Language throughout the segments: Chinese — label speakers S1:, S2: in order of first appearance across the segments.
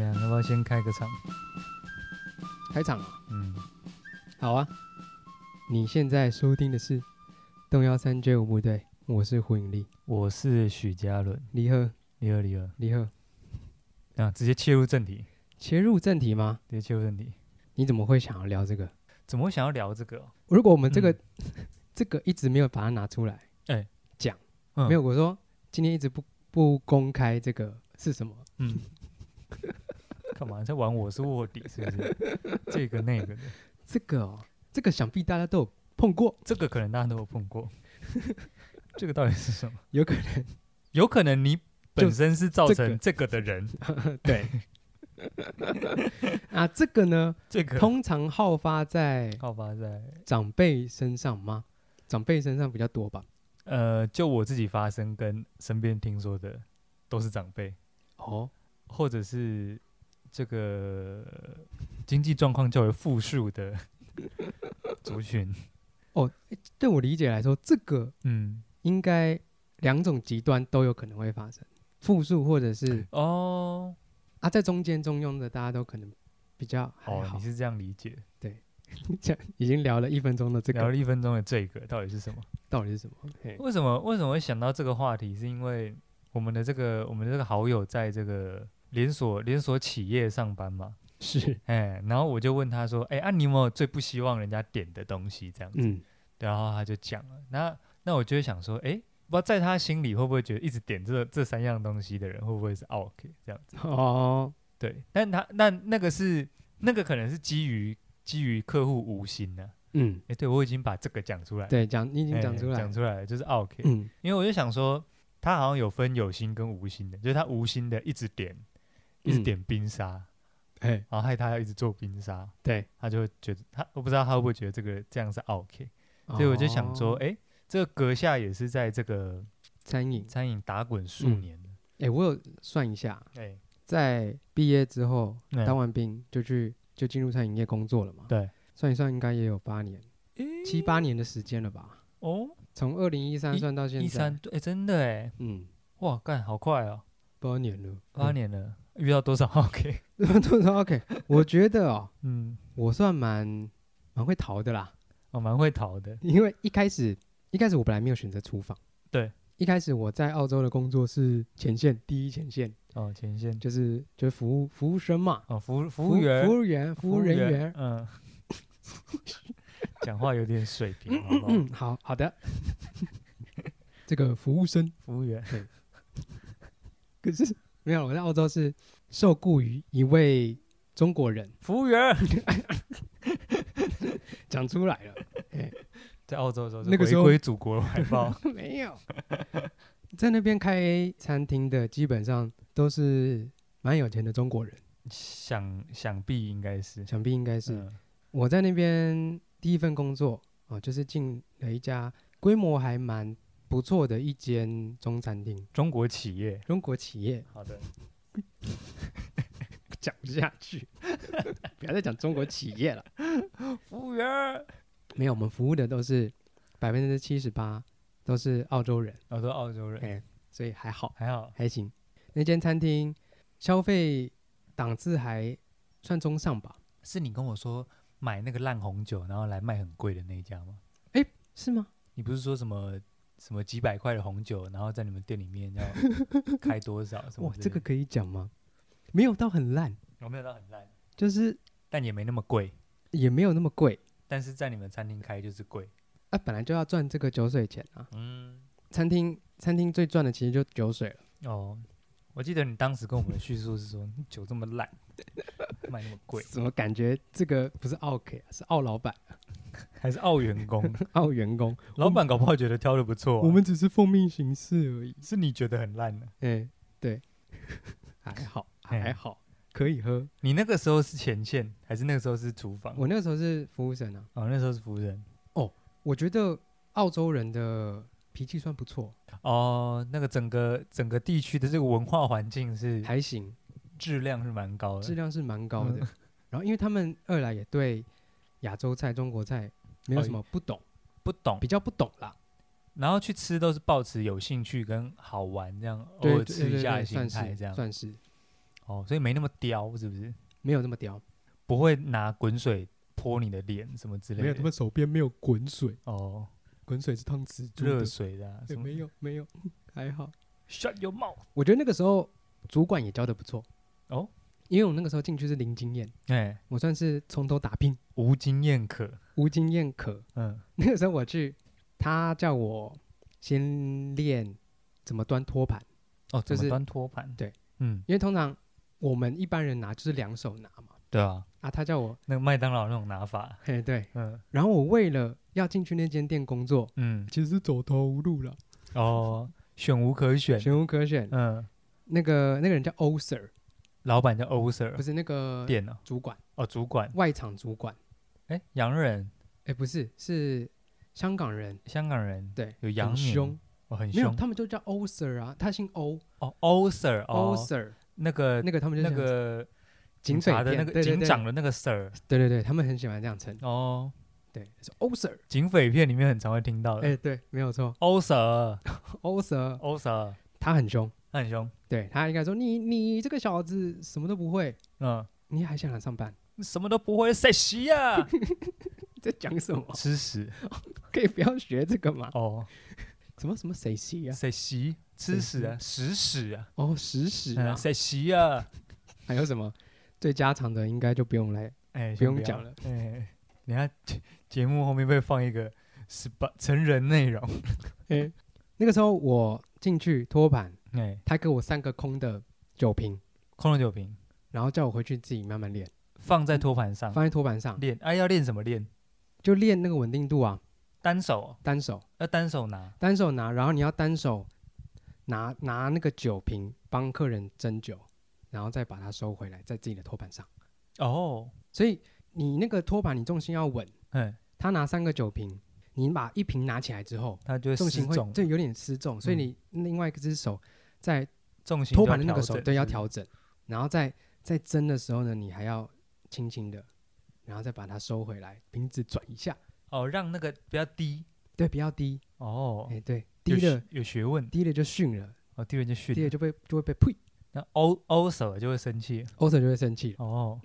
S1: 样？要不要先开个场？
S2: 开场啊
S1: 嗯，
S2: 好啊！你现在收听的是动幺三 J 五部队，我是胡颖丽，
S1: 我是许嘉伦，
S2: 离合
S1: 李二李二
S2: 离合。
S1: 啊，直接切入正题，
S2: 切入正题吗？
S1: 直接切入正题。
S2: 你怎么会想要聊这个？
S1: 怎么会想要聊这个哦？
S2: 如果我们这个、
S1: 嗯
S2: 这个一直没有把它拿出来，
S1: 哎
S2: 讲、
S1: 嗯
S2: 没有，我说今天一直不不公开这个是什么？
S1: 嗯， 干嘛你在玩我是卧底是不是？ 这个那个的，
S2: 这个哦，这个想必大家都有碰过，
S1: 这个可能大家都有碰过。这个到底是什么？
S2: 有可 能
S1: 有可能你本
S2: 就
S1: 身是造
S2: 这
S1: 成
S2: 个
S1: 这个的人，
S2: 对。啊，这个呢，
S1: 这个
S2: 通常好发在
S1: 好吧，在
S2: 长辈身上吗？长辈身上比较多吧。
S1: 呃，就我自己发生跟身边听说的都是长辈，
S2: 哦，
S1: 或者是这个经济状况较为富庶的族群，
S2: 对我理解来说，这个
S1: 嗯，
S2: 应该两种极端都有可能会发生，复数或者是
S1: 哦，
S2: 啊，在中间中庸的，大家都可能比较还
S1: 哦，
S2: 好
S1: 你。是这样理解？
S2: 这样已经聊了一分钟的这
S1: 聊
S2: 个
S1: 了一分钟的这个到底是什么？
S2: 到底 是什么？嘿
S1: 为什么为什么会想到这个话题？是因为我们的这个我们的这个好友在这个连锁连锁企业上班嘛，
S2: 是，
S1: 哎，然后我就问他说，哎，啊，你有没有最不希望人家点的东西？这样子，
S2: 嗯，
S1: 然后他就讲了，那那我就会想说，诶，不知道在他心里会不会觉得一直点这这三样东西的人会不会是 OK 这样子？
S2: 哦，
S1: 对，但他那那个是那个可能是基于基于客户无心呢、
S2: 嗯，
S1: 诶，对我已经把这个讲出来，，
S2: 对，讲你已经讲出来
S1: 哎讲
S2: 了，
S1: 出来了就是 OK，、
S2: 嗯，
S1: 因为我就想说，他好像有分有心跟无心的，就是他无心的一直点，一直
S2: 嗯
S1: 点冰沙，
S2: 哎，
S1: 然后害他要一直做冰沙，
S2: 对，
S1: 他就会觉得他我不知道他会不会觉得这个这样是 OK。所以我就想说，
S2: 哦，
S1: 哎、这个阁下也是在这个
S2: 餐饮，
S1: 餐饮打滚数
S2: 嗯
S1: 年的，
S2: 哎，我有算一下，
S1: 哎、
S2: 在毕业之后
S1: 嗯
S2: 当完兵就去就进入餐饮业工作了嘛，
S1: 对，
S2: 算一算应该也有八年，七八年的时间了吧。
S1: 哦，
S2: 从二零一三
S1: 一
S2: 算到现在，
S1: 一三，对，真的哎，
S2: 嗯，
S1: 哇，干好快哦，
S2: 八年了，
S1: 八 年了，遇到多少 OK？
S2: 嗯，多少 OK？我觉得哦，
S1: 嗯，
S2: 我算蛮蛮会逃的啦，
S1: 我蛮会逃的，
S2: 因为一开始一开始我本来没有选择厨房，
S1: 对，
S2: 一开始我在澳洲的工作是前线第一前线，
S1: 哦，前线
S2: 就是就是服务服务生嘛，
S1: 哦，服务服务员，
S2: 服务员服务人员，
S1: 嗯，讲话有点水平，好不好？
S2: 嗯，好好的， 这个服务生
S1: 服务员，
S2: 可是没有，我在澳洲是受雇于一位中国人，
S1: 服务员，
S2: 讲出来了。
S1: 在澳洲的时候是
S2: 那个时
S1: 回
S2: 候
S1: 归祖国怀抱，
S2: 没有，在那边开餐厅的基本上都是蛮有钱的中国人，
S1: 想想必应该是
S2: 想必应该是、
S1: 嗯
S2: 我在那边第一份工作哦，就是进了一家规模还蛮不错的一间中餐厅，
S1: 中国企业，
S2: 中国企业
S1: 好的，
S2: 讲不下去， 不要再讲中国企业了。
S1: 服务员。
S2: 没有，我们服务的都是百分之七十八都是澳洲人，
S1: 我、哦、都澳洲人，
S2: 哎、所以还好。
S1: 还好，
S2: 还行。那间餐厅消费档次还算中上吧？
S1: 是你跟我说买那个烂红酒，然后来卖很贵的那一家吗？
S2: 是吗？
S1: 你不是说什么什么几百块的红酒，然后在你们店里面要开多少什么
S2: 哇，
S1: 之类的？
S2: 这个可以讲吗？没有到很烂，
S1: 我 没有到很烂，
S2: 就是
S1: 但也没那么贵。
S2: 也没有那么贵
S1: 但是在你们餐厅开就是贵，
S2: 啊。本来就要赚这个酒水钱啊。
S1: 嗯，
S2: 餐厅餐厅最赚的其实就酒水了。
S1: 哦，我记得你当时跟我们的叙述是说酒这么烂，卖那么 贵，
S2: 怎么感觉这个不是澳 K 啊，是澳老 板、
S1: 还是澳员 工，
S2: 澳员工？
S1: 老板搞不好觉得挑的不错啊、
S2: 我们只是奉命行事而已。
S1: 是你觉得很烂的、
S2: 哎、 对，还好
S1: 哎
S2: 还好，可以喝。
S1: 你那个时候是前线，还是那个时候是厨房？
S2: 我那个时候是服务生啊，
S1: 哦，那时候是服务人。
S2: 我觉得澳洲人的脾气算不错，
S1: 哦，那个整个整个地区的这个文化环境是
S2: 还行，
S1: 质量是蛮高
S2: 质
S1: 的，嗯
S2: 量是蛮高的。 然后因为他们二来也对亚洲菜、中国菜
S1: 哦
S2: 没有什么不懂，
S1: 不懂
S2: 比，较不懂啦。
S1: 然后去吃都是抱持有兴趣跟好玩这样，偶
S2: 对
S1: 尔
S2: 对
S1: 吃
S2: 对
S1: 哦一下的
S2: 对
S1: 心
S2: 算
S1: 态
S2: 是
S1: 这样。
S2: 算是。
S1: 哦，所以没那么刁，是不是？
S2: 没有那么刁，
S1: 不会拿滚水泼你的脸什么之类的。
S2: 没有他们手边没有滚水，
S1: 哦，
S2: 滚水是烫蜘蛛
S1: 热
S2: 的，
S1: 水的、啊，什
S2: 对
S1: 么
S2: 没有没有，还好。
S1: shut your mouth。
S2: 我觉得那个时候主管也教的不错
S1: 哦，
S2: 因为我那个时候进去是零经验，
S1: 哎，
S2: 我算是从头打拼，
S1: 无经验可，
S2: 无经验可。
S1: 嗯，
S2: 那个时候我去，他叫我先练怎么端托盘，
S1: 哦，
S2: 就
S1: 怎么
S2: 是
S1: 端托盘？
S2: 对，
S1: 嗯，
S2: 因为通常我们一般人拿就是两手拿嘛，
S1: 对啊，
S2: 啊，他叫 我，
S1: 那个麦当劳那种拿法，
S2: 嘿，对，
S1: 嗯
S2: 然后我为了要进去那间店工作，
S1: 嗯，
S2: 其实是走投无路了，
S1: 哦，选无可选，
S2: 选无可选。
S1: 嗯，
S2: 那个那个人叫欧 Sir，
S1: 老板叫 o s i
S2: 不
S1: r
S2: 是那个
S1: 嗯店哦，
S2: 主管，
S1: 哦，主管，
S2: 外场主管，
S1: 哎，洋人，
S2: 哎，不是，是香港人，
S1: 香港人，
S2: 对，
S1: 有洋
S2: 很
S1: 人
S2: 凶，，
S1: 哦，很
S2: 没有，
S1: 凶，
S2: 他们就叫欧 Sir 啊，他姓欧，
S1: 哦 o s i r
S2: 欧
S1: 哦，
S2: Sir，
S1: 那个
S2: 那个他们就
S1: 那
S2: 想
S1: 个
S2: 警匪
S1: 察的那
S2: 片
S1: 个
S2: 对对
S1: 警
S2: 对
S1: 长的那个 Sir
S2: 对对对，他们很喜欢这样称，
S1: 哦，
S2: 对，是欧 Sir，
S1: 警匪片里面很常会听到的。
S2: 哎，对，没有错，
S1: 欧 Sir，
S2: 欧 Sir，
S1: 欧 Sir，
S2: 他很凶，
S1: 他很凶。
S2: 对他应该说你你这个小子什么都不会，
S1: 嗯，
S2: 你还想来上班？
S1: 你什么都不会，谁洗呀？
S2: 你在讲什么？
S1: 吃屎
S2: 可以不要学这个吗？
S1: 哦，
S2: 什么什么谁系啊？
S1: 谁洗？吃屎啊，屎屎啊，
S2: 哦，屎屎啊
S1: 嗯，谁洗呀？
S2: 还有什么最家常的应该就不用来，
S1: 哎，
S2: 不
S1: 先
S2: 用讲了。
S1: 要。哎，等下节节目后面会放一个十八成人内容。
S2: 哎，那个时候我进去托盘，
S1: 哎，
S2: 他给我三个空的酒瓶，
S1: 空了酒瓶
S2: 然后叫我回去自己慢慢练，
S1: 放在托盘上
S2: 放在托盘上
S1: 练。哎，要练什么练？
S2: 就练那个稳定度啊，
S1: 单手哦
S2: 单手
S1: 要单手拿。
S2: 单手拿，然后你要单手拿拿那个酒瓶帮客人斟酒，然后再把它收回来在自己的托盘上，
S1: 哦，
S2: 所以你那个托盘你重心要稳，
S1: 嗯，
S2: 他拿三个酒瓶，你把一瓶拿起来之后。
S1: 他就会
S2: 重
S1: 失
S2: 心会
S1: 重，
S2: 对有点失重，所以
S1: 嗯
S2: 你另外一只手在
S1: 重心
S2: 托
S1: 就
S2: 盘
S1: 要
S2: 的那个
S1: 调
S2: 手
S1: 整
S2: 对要
S1: 是不是
S2: 调整，然后在在蒸的时候呢，你还要轻轻的，然后再把它收回来，瓶子转一下，
S1: 哦，让那个比较低
S2: 对，不要低，
S1: 哦
S2: 哎，，对，
S1: 有
S2: 低
S1: 学
S2: 了
S1: 有学问
S2: 低了就训了，
S1: 哦，低人就训
S2: 低了
S1: 了，
S2: 就被就会被呸，
S1: 那欧欧手就会生气
S2: 欧 Sir 就会生气了。
S1: 哦。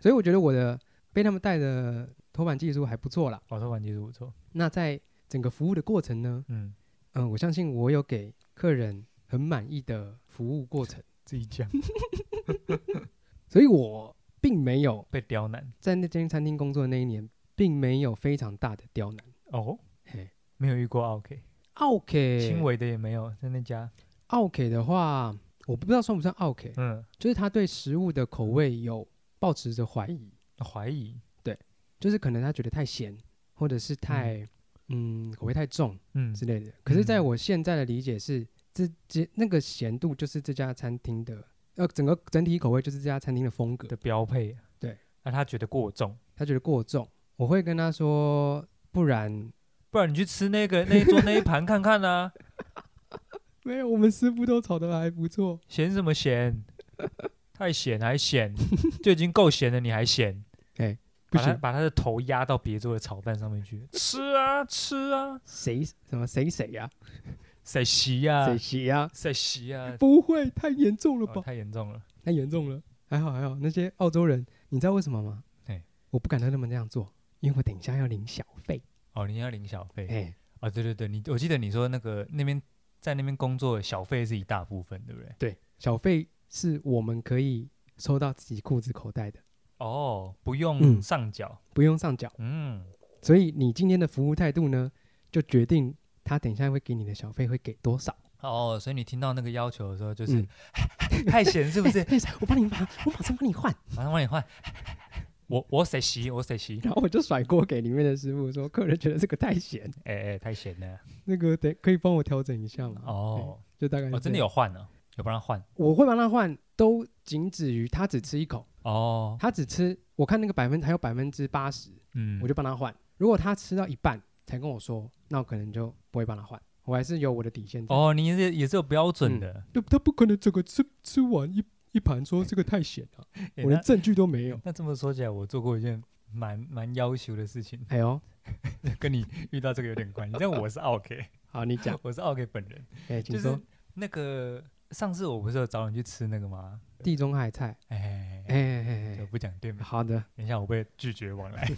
S2: 所以我觉得我的被他们带的托盘技术还不错啦。
S1: 我说完技术不错，
S2: 那在整个服务的过程呢，
S1: 嗯，
S2: 嗯，我相信我有给客人很满意的服务过程，
S1: 自己讲
S2: 所以我并没有
S1: 被刁难
S2: 在那间餐厅工作的那一年，并没有非常大的刁难。
S1: 哦，
S2: 嘿
S1: 没有遇过 OK，
S2: ，OK，
S1: 轻微的也没有在那家，
S2: OK 的话，我不知道算不算 OK，、
S1: 嗯，
S2: 就是他对食物的口味有抱持着怀疑，
S1: 怀疑，
S2: 就是可能他觉得太咸，或者是太嗯口味太重
S1: 嗯，
S2: 之类的。可是在我现在的理解是，这这那个咸度就是这家餐厅的。呃，整个整体口味就是这家餐厅的风格
S1: 的，标配，
S2: 对，
S1: 那他觉得过重，
S2: 他觉得过重，我会跟他说，不然
S1: 不然你去吃那个那一桌那 一盘看看啊，
S2: 没有，我们师傅都炒的还不错，
S1: 咸什么 咸？太咸还咸，就已经够咸了，你还咸？
S2: 不
S1: 把他
S2: 行，
S1: 把他的头压到别桌的炒饭上面去，吃啊吃啊，
S2: 谁什么谁谁呀、
S1: 谁洗呀、
S2: 谁啊洗呀？
S1: 谁洗呀、
S2: 不会，太严重了
S1: 哦
S2: 吧？
S1: 太严重了，
S2: 太严重了，还好还好。那些澳洲人，你知道为什么吗？
S1: 哎
S2: 我不敢让他们这样做，因为我等一下要领小费。
S1: 哦，你要领小费，
S2: 哎，
S1: 啊，对对对，你我记得你说那个那边在那边工作小费是一大部分，对不对？
S2: 对，小费是我们可以收到自己裤子口袋的，
S1: 哦，不
S2: 嗯
S1: 用上缴，
S2: 不用上缴。
S1: 嗯，
S2: 所以你今天的服务态度呢，就决定他等一下会给你的小费会给多少。
S1: 哦，所以你听到那个要求的时候，就是、
S2: 嗯
S1: 太咸是不 是？
S2: 哎我帮你把，我马上帮你换。
S1: 马上帮你换， 我我谁洗我谁洗，
S2: 然后我就甩锅给里面的师傅说，客人觉得这个太咸，
S1: 哎哎，太咸了，
S2: 那个得可以帮我调整一下吗？
S1: 哦，
S2: 就大概是
S1: 我、哦、真
S2: 这
S1: 的
S2: 样
S1: 有换哦，有帮他换，
S2: 我会帮他换，都仅止于他只吃一口，
S1: 哦，
S2: 他只吃，我看那个百分还有百分之八十，
S1: 嗯，
S2: 我就帮他换。如果他吃到一半才跟我说，那我可能就不会帮他换，我还是有我的底线在。
S1: 哦，你是也是有标准
S2: 嗯
S1: 的，
S2: 对，他不可能整个吃吃完一一盘说这个太咸了，
S1: 哎
S2: 我
S1: 那
S2: 连证据都没 有。
S1: 那这么说起来，我做过一件蛮蛮要求的事情，
S2: 哎呦，
S1: 跟你遇 到这个有点关系。但我是 OK，
S2: 好，你讲，
S1: 我是 OK 本人，
S2: 哎，
S1: 就
S2: 请
S1: 是
S2: 说。
S1: 那个上次我不是有找你去吃那个吗？
S2: 地中海菜，
S1: 哎
S2: 哎哎
S1: 就
S2: 哎
S1: 不讲店
S2: 哎，
S1: 名，
S2: 好的，
S1: 等一下我被拒绝往 来。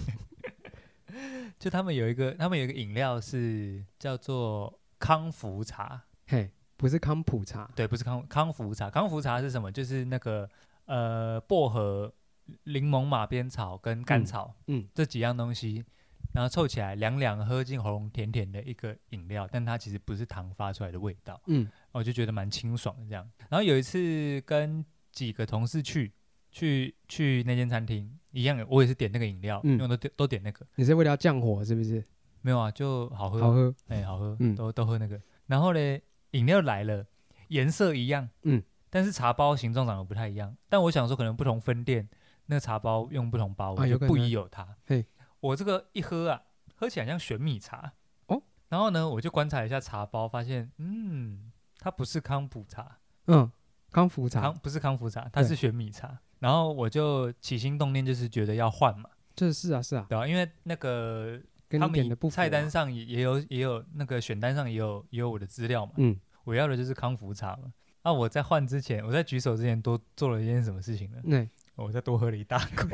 S1: 就他们有一个，他们有一个饮料是叫做康福茶，
S2: 嘿，不是康普茶，
S1: 对，不是康康福茶。康福茶是什么？就是那个呃薄荷、柠檬马鞭草跟甘
S2: 嗯
S1: 草，
S2: 嗯
S1: 这几样东西，然后凑起来凉凉，喝进喉咙甜甜的一个饮料，但它其实不是糖发出来的味道，哦
S2: 嗯
S1: 我就觉得蛮清爽的这样。然后有一次跟几个同事去去去那间餐厅，一样，我也是点那个饮料，
S2: 嗯
S1: 因为我都点都点那个，
S2: 你是为了要降火是不是？
S1: 没有啊，就好喝啊，
S2: 好喝，
S1: 哎、好喝，
S2: 嗯
S1: 都都喝那个。然后嘞，饮料来了，颜色一样，
S2: 嗯，
S1: 但是茶包形状长得不太一样。但我想说，可能不同分店那茶包用不同包，我
S2: 啊
S1: 就
S2: 有可
S1: 不
S2: 能
S1: 疑有它。
S2: 嘿
S1: 我这个一喝啊，喝起来像玄米茶
S2: 哦。
S1: 然后呢，我就观察一下茶包，发现，嗯，它不是康普茶，
S2: 嗯，康普茶
S1: 康不是康普茶，它
S2: 对
S1: 是玄米茶。然后我就起心动念，就是觉得要换嘛，
S2: 这是啊是啊，
S1: 对吧、因为那个
S2: 跟
S1: 他
S2: 你点
S1: 们
S2: 的不符
S1: 菜单
S2: 啊，
S1: 上也也有也有那个选单上也有也有我的资料嘛，
S2: 嗯
S1: 我要的就是康福茶嘛。那、我在换之前，我在举手之前多做了一件什么事情呢？
S2: 那
S1: 我再多喝了一大 口，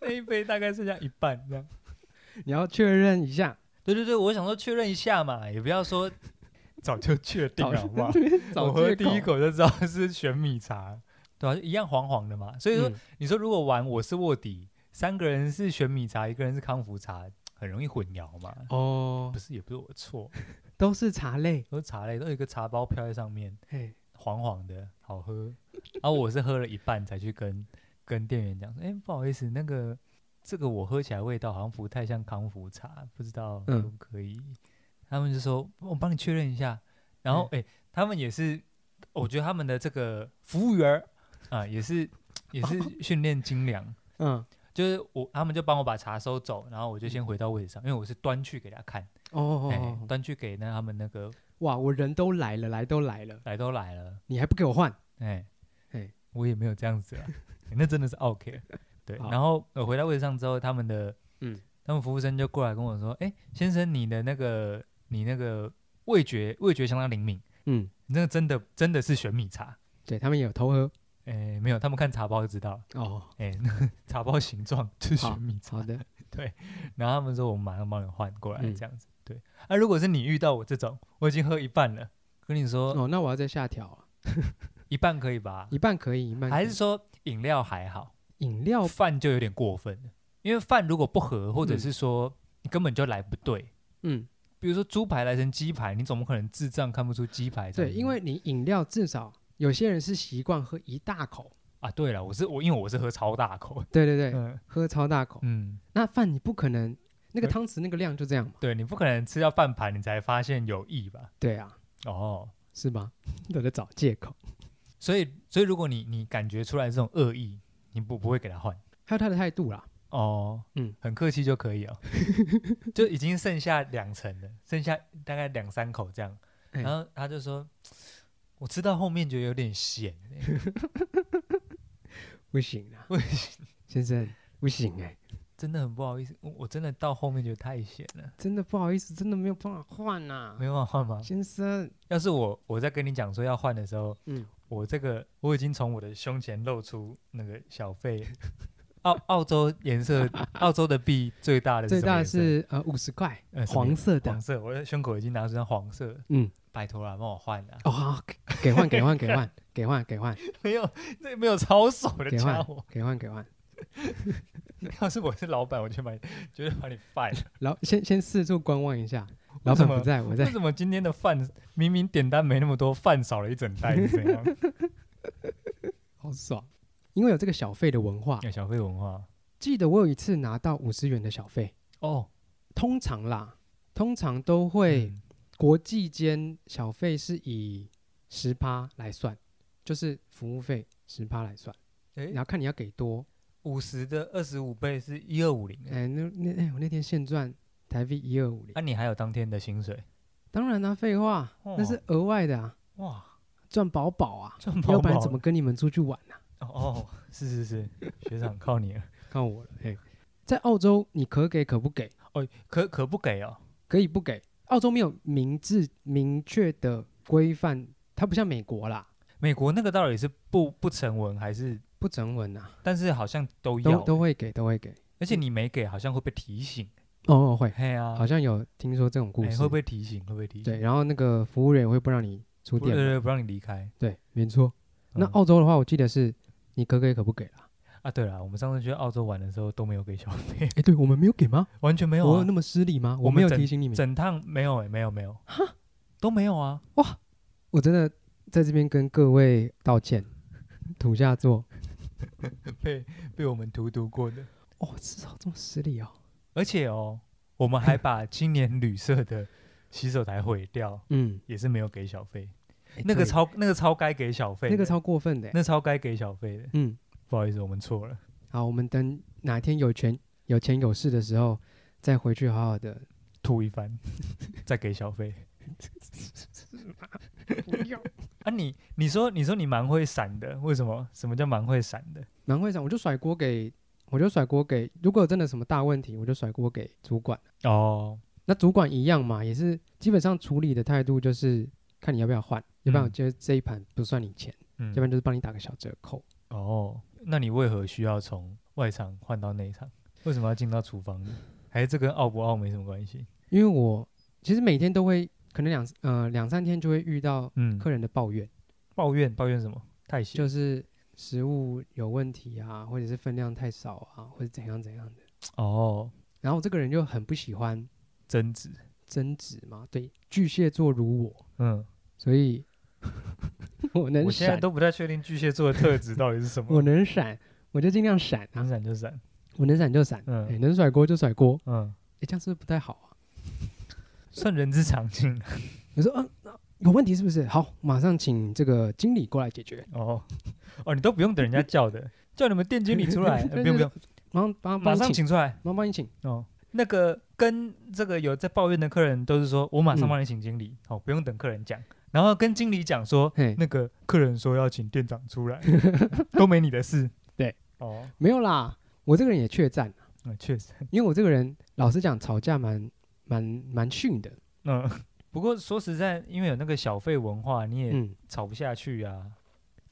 S1: 那一杯大概剩下一半这样。
S2: 你要确认一下，
S1: 对对对，我想说确认一下嘛，也不要说 早就确定
S2: 找
S1: 了，好不好？
S2: 找
S1: 啊我喝
S2: 借
S1: 第一口就知道是玄米茶，对啊吧、一样黄黄的嘛。所以说，
S2: 嗯
S1: 你说如果玩我是卧底，三个人是玄米茶，一个人是康福茶，很容易混淆嘛。
S2: 哦
S1: 不，是，也不是我的错，
S2: 都是茶类，
S1: 都是茶类，都有一个茶包飘在上面，
S2: 嘿，
S1: 黄黄的，好喝。然后我是喝了一半才去跟跟店员讲说，哎、不好意思，那个这个我喝起来味道好像不太像康福茶，不知道可
S2: 嗯
S1: 不可以？他们就说我帮你确认一下。然
S2: 嗯
S1: 后哎、诶他们也是，我觉得他们的这个服务员儿啊，也是也 是训练精良。
S2: 嗯，
S1: 就是我，他们就帮我把茶收走，然后我就先回到位置上，因为我是端去给他看，
S2: 哦嗯哦
S1: 哎、
S2: 哦，哦
S1: 端去给那他们那个
S2: 哇，我人都来了，来都来了，
S1: 来都来了，
S2: 你还不给我换，
S1: 哎、
S2: 嘿
S1: 我也没有这样 子啦，啊那真的是 OK。对，
S2: 好
S1: 然后我回到位置上之后，他们的
S2: 嗯，
S1: 他们服务生就过来跟我说：“哎、先生，你的那个你那个味觉味觉相当灵敏，
S2: 嗯，
S1: 你那个真的真的是玄米茶。
S2: 对他们也有偷喝，
S1: 哎，没有，他们看茶包就知道了。
S2: 哦，
S1: 哎、那个 茶包形 状就是
S2: 好
S1: 玄米茶。
S2: 好的，
S1: 然后他们说：“我们马上帮你换过来，
S2: 嗯
S1: 这样子。对，那、如果是你遇到我这种，我已经喝一半了，跟你说、
S2: 哦，那我要再下调啊，
S1: 一半可以吧？
S2: 一半可以，一半可以
S1: 还是说饮料还好？
S2: 饮料
S1: 哦饭就有点过分了，因为饭如果不合，或者是说你根本就来不对，
S2: 嗯，
S1: 比如说猪排来成鸡排，你怎么可能智障看不出鸡排长什么？
S2: 对，因为你饮料至少有些人是习惯喝一大口，
S1: 啊，对了，我是我，因为我是喝超大口，
S2: 对对对，
S1: 嗯
S2: 喝超大口。
S1: 嗯，
S2: 那饭你不可能那个
S1: 对
S2: 汤匙那个量就这样嘛？
S1: 对你不可能吃到半盘你才发现有异吧？
S2: 对啊，
S1: 哦，
S2: 是吧？ 都在找借口。
S1: 所以所以如果你你感觉出来这种恶意，你不不会给他换
S2: 还有他的态度啊啦，
S1: 哦，
S2: 嗯，
S1: 很客气就可 以哦，就已经剩下两层了，剩下大概两三口这样，
S2: 哎
S1: 然后他就说，我吃到后面觉得有点咸、欸。
S2: 不行啊，
S1: 不
S2: 先生，不行哎、
S1: 真的很不好意思，我我真的到后面觉得太咸了，
S2: 真的不好意思，真的没有办法换呐、
S1: 没办法换吗？
S2: 先生，
S1: 要是我我在跟你讲说要换的时候，
S2: 嗯，
S1: 我这个我已经从我的胸前露出那个小费。澳澳洲颜 色，澳洲的币最大的是
S2: 最
S1: 什么
S2: 大的
S1: 颜色
S2: 是呃五十块，
S1: 呃什么
S2: 黄
S1: 颜
S2: 色的
S1: 黄。色，我的胸口已经拿出张黄色，
S2: 嗯，
S1: 拜托啦，帮我换啦，
S2: 哦，好，好给给换，给换，给换， 给换，给换，
S1: 没有 那没有抄手的
S2: 给
S1: 家
S2: 换
S1: 伙，，
S2: 给换，给换。
S1: 要是我是老板，我就把你绝对把 你 fire 了。
S2: 老先先四处观望一下，老
S1: 为什
S2: 板不
S1: 么
S2: 在，我
S1: 为
S2: 在
S1: 什么今天的饭明明点单没那么多，饭少了一整袋是怎样？
S2: 好爽，因为有这个小费的文化。
S1: 有小费文化
S2: 记得我有一次拿到五十元的小费，
S1: 哦，
S2: 通常啦，通常都会、
S1: 嗯
S2: 国际间小费是以十趴来算，就是服务费十趴来算，
S1: 诶
S2: 然后看你要给多。
S1: 五十的二十五倍是一二五零，
S2: 哎、那那哎、我那天现赚台币一二五零
S1: 那、，你还有当天的薪水？
S2: 当然啦、废话，
S1: 哦
S2: 那是额外的啊，
S1: 哇，
S2: 赚饱饱啊，
S1: 这么
S2: 要不然怎么跟你们出去玩啊？
S1: 哦哦，是是是，学长靠你了。
S2: 看我了，哎、在澳洲你可给可不给，
S1: 哦，可可不给哦，
S2: 可以不给，澳洲没有明智明确的规范它不像美国啦，
S1: 美国那个到底是不不成文还是？
S2: 不整文呐，
S1: 但是好像都要
S2: 都，都会给，都会给。
S1: 而且你没给好像会被提醒。
S2: 哦，会，
S1: 嘿啊，
S2: 好像有听说这种故
S1: 哎
S2: 事。
S1: 会不会提醒？会不会提醒？
S2: 对，然后那个服务员也会不让你出
S1: 不，对
S2: 店嘛。
S1: 对，不让你离开。
S2: 对，没错。那
S1: 嗯
S2: 澳洲的话，我记得是你可给可不给啦。
S1: 啊，对了，我们上次去澳洲玩的时候都没有给小费，
S2: 哎，对我们没有给吗？
S1: 完全没有
S2: 我
S1: 啊
S2: 哦有那，么失礼吗？
S1: 我
S2: 我
S1: 们
S2: 没有
S1: 整
S2: 提醒你们。
S1: 整趟没有哎，没有没有，都没有啊。
S2: 我真的在这边跟各位道歉， 土下座。
S1: 被被我们荼毒过的。
S2: 哦，至少这么失礼哦。
S1: 而且哦，我们还把青年旅社的洗手台毁掉，
S2: 嗯，
S1: 也是没有给小费。
S2: 哎
S1: 那个
S2: 对
S1: 超那个超该给小费的，
S2: 那个超过分的欸。
S1: 那超该给小费的。
S2: 嗯，
S1: 不好意思，我们错了。
S2: 好，我们等哪天有权有钱有势的时候，再回去好好的。
S1: 吐一番，再给小费。
S2: 不要，
S1: 啊你，你说你说你蛮会闪的，为什么？什么叫蛮会闪的？
S2: 蛮会想，我就甩锅给，我就甩锅给。如果真的什么大问题，我就甩锅给主管。
S1: 哦，
S2: 那主管一样嘛，也是基本上处理的态度就是看你要不要换，要不然我觉得这一盘不算你钱，
S1: 嗯
S2: 要不然就是帮你打个小折扣。
S1: 哦，那你为何需要从外场换到内场？为什么要进到厨房呢？还是这跟傲不傲没什么关系？
S2: 因为我其实每天都会，可能两呃两三天就会遇到
S1: 嗯，
S2: 客人的抱怨，
S1: 抱怨抱怨什么？太闲。
S2: 就是食物有问题啊，或者是分量太少啊，或者怎样怎样的。
S1: 哦，
S2: 然后我这个人就很不喜欢
S1: 争执。
S2: 争执嘛，对，巨蟹座如我，
S1: 嗯，
S2: 所以 我能
S1: 我现在
S2: 闪，
S1: 都不太确定巨蟹座的特质到底是什么
S2: 我。能闪，我就尽量闪
S1: 能
S2: 啊，
S1: 闪就闪。
S2: 我能闪就闪，
S1: 嗯
S2: 哎能甩锅就甩锅，
S1: 嗯，
S2: 哎，这样是不是不太好啊？
S1: 算人之常情。
S2: 我说，嗯、那有问题是不是？好，马上请这个经理过来解决，
S1: 哦， 哦，你都不用等人家叫的，叫你们店经理出 来，呃
S2: 对
S1: 不用不
S2: 对
S1: 用，
S2: 马上帮
S1: 马上
S2: 请，
S1: 请出来。
S2: 马上帮你请。
S1: 哦，那个跟这个有在抱怨的客人都是说，我马上
S2: 嗯
S1: 帮你请经理，哦，不用等客人讲，然后跟经理讲说，
S2: 嘿，
S1: 那个客人说要请店长 出来，都没你的事。
S2: 对，
S1: 哦，
S2: 没有啦，我这个人也怯战，啊
S1: 嗯，确实，
S2: 因为我这个人老实讲，吵架蛮蛮蛮逊的。
S1: 嗯， 不过说实在，因为有那个小费文化，你也
S2: 嗯，
S1: 吵不下去啊。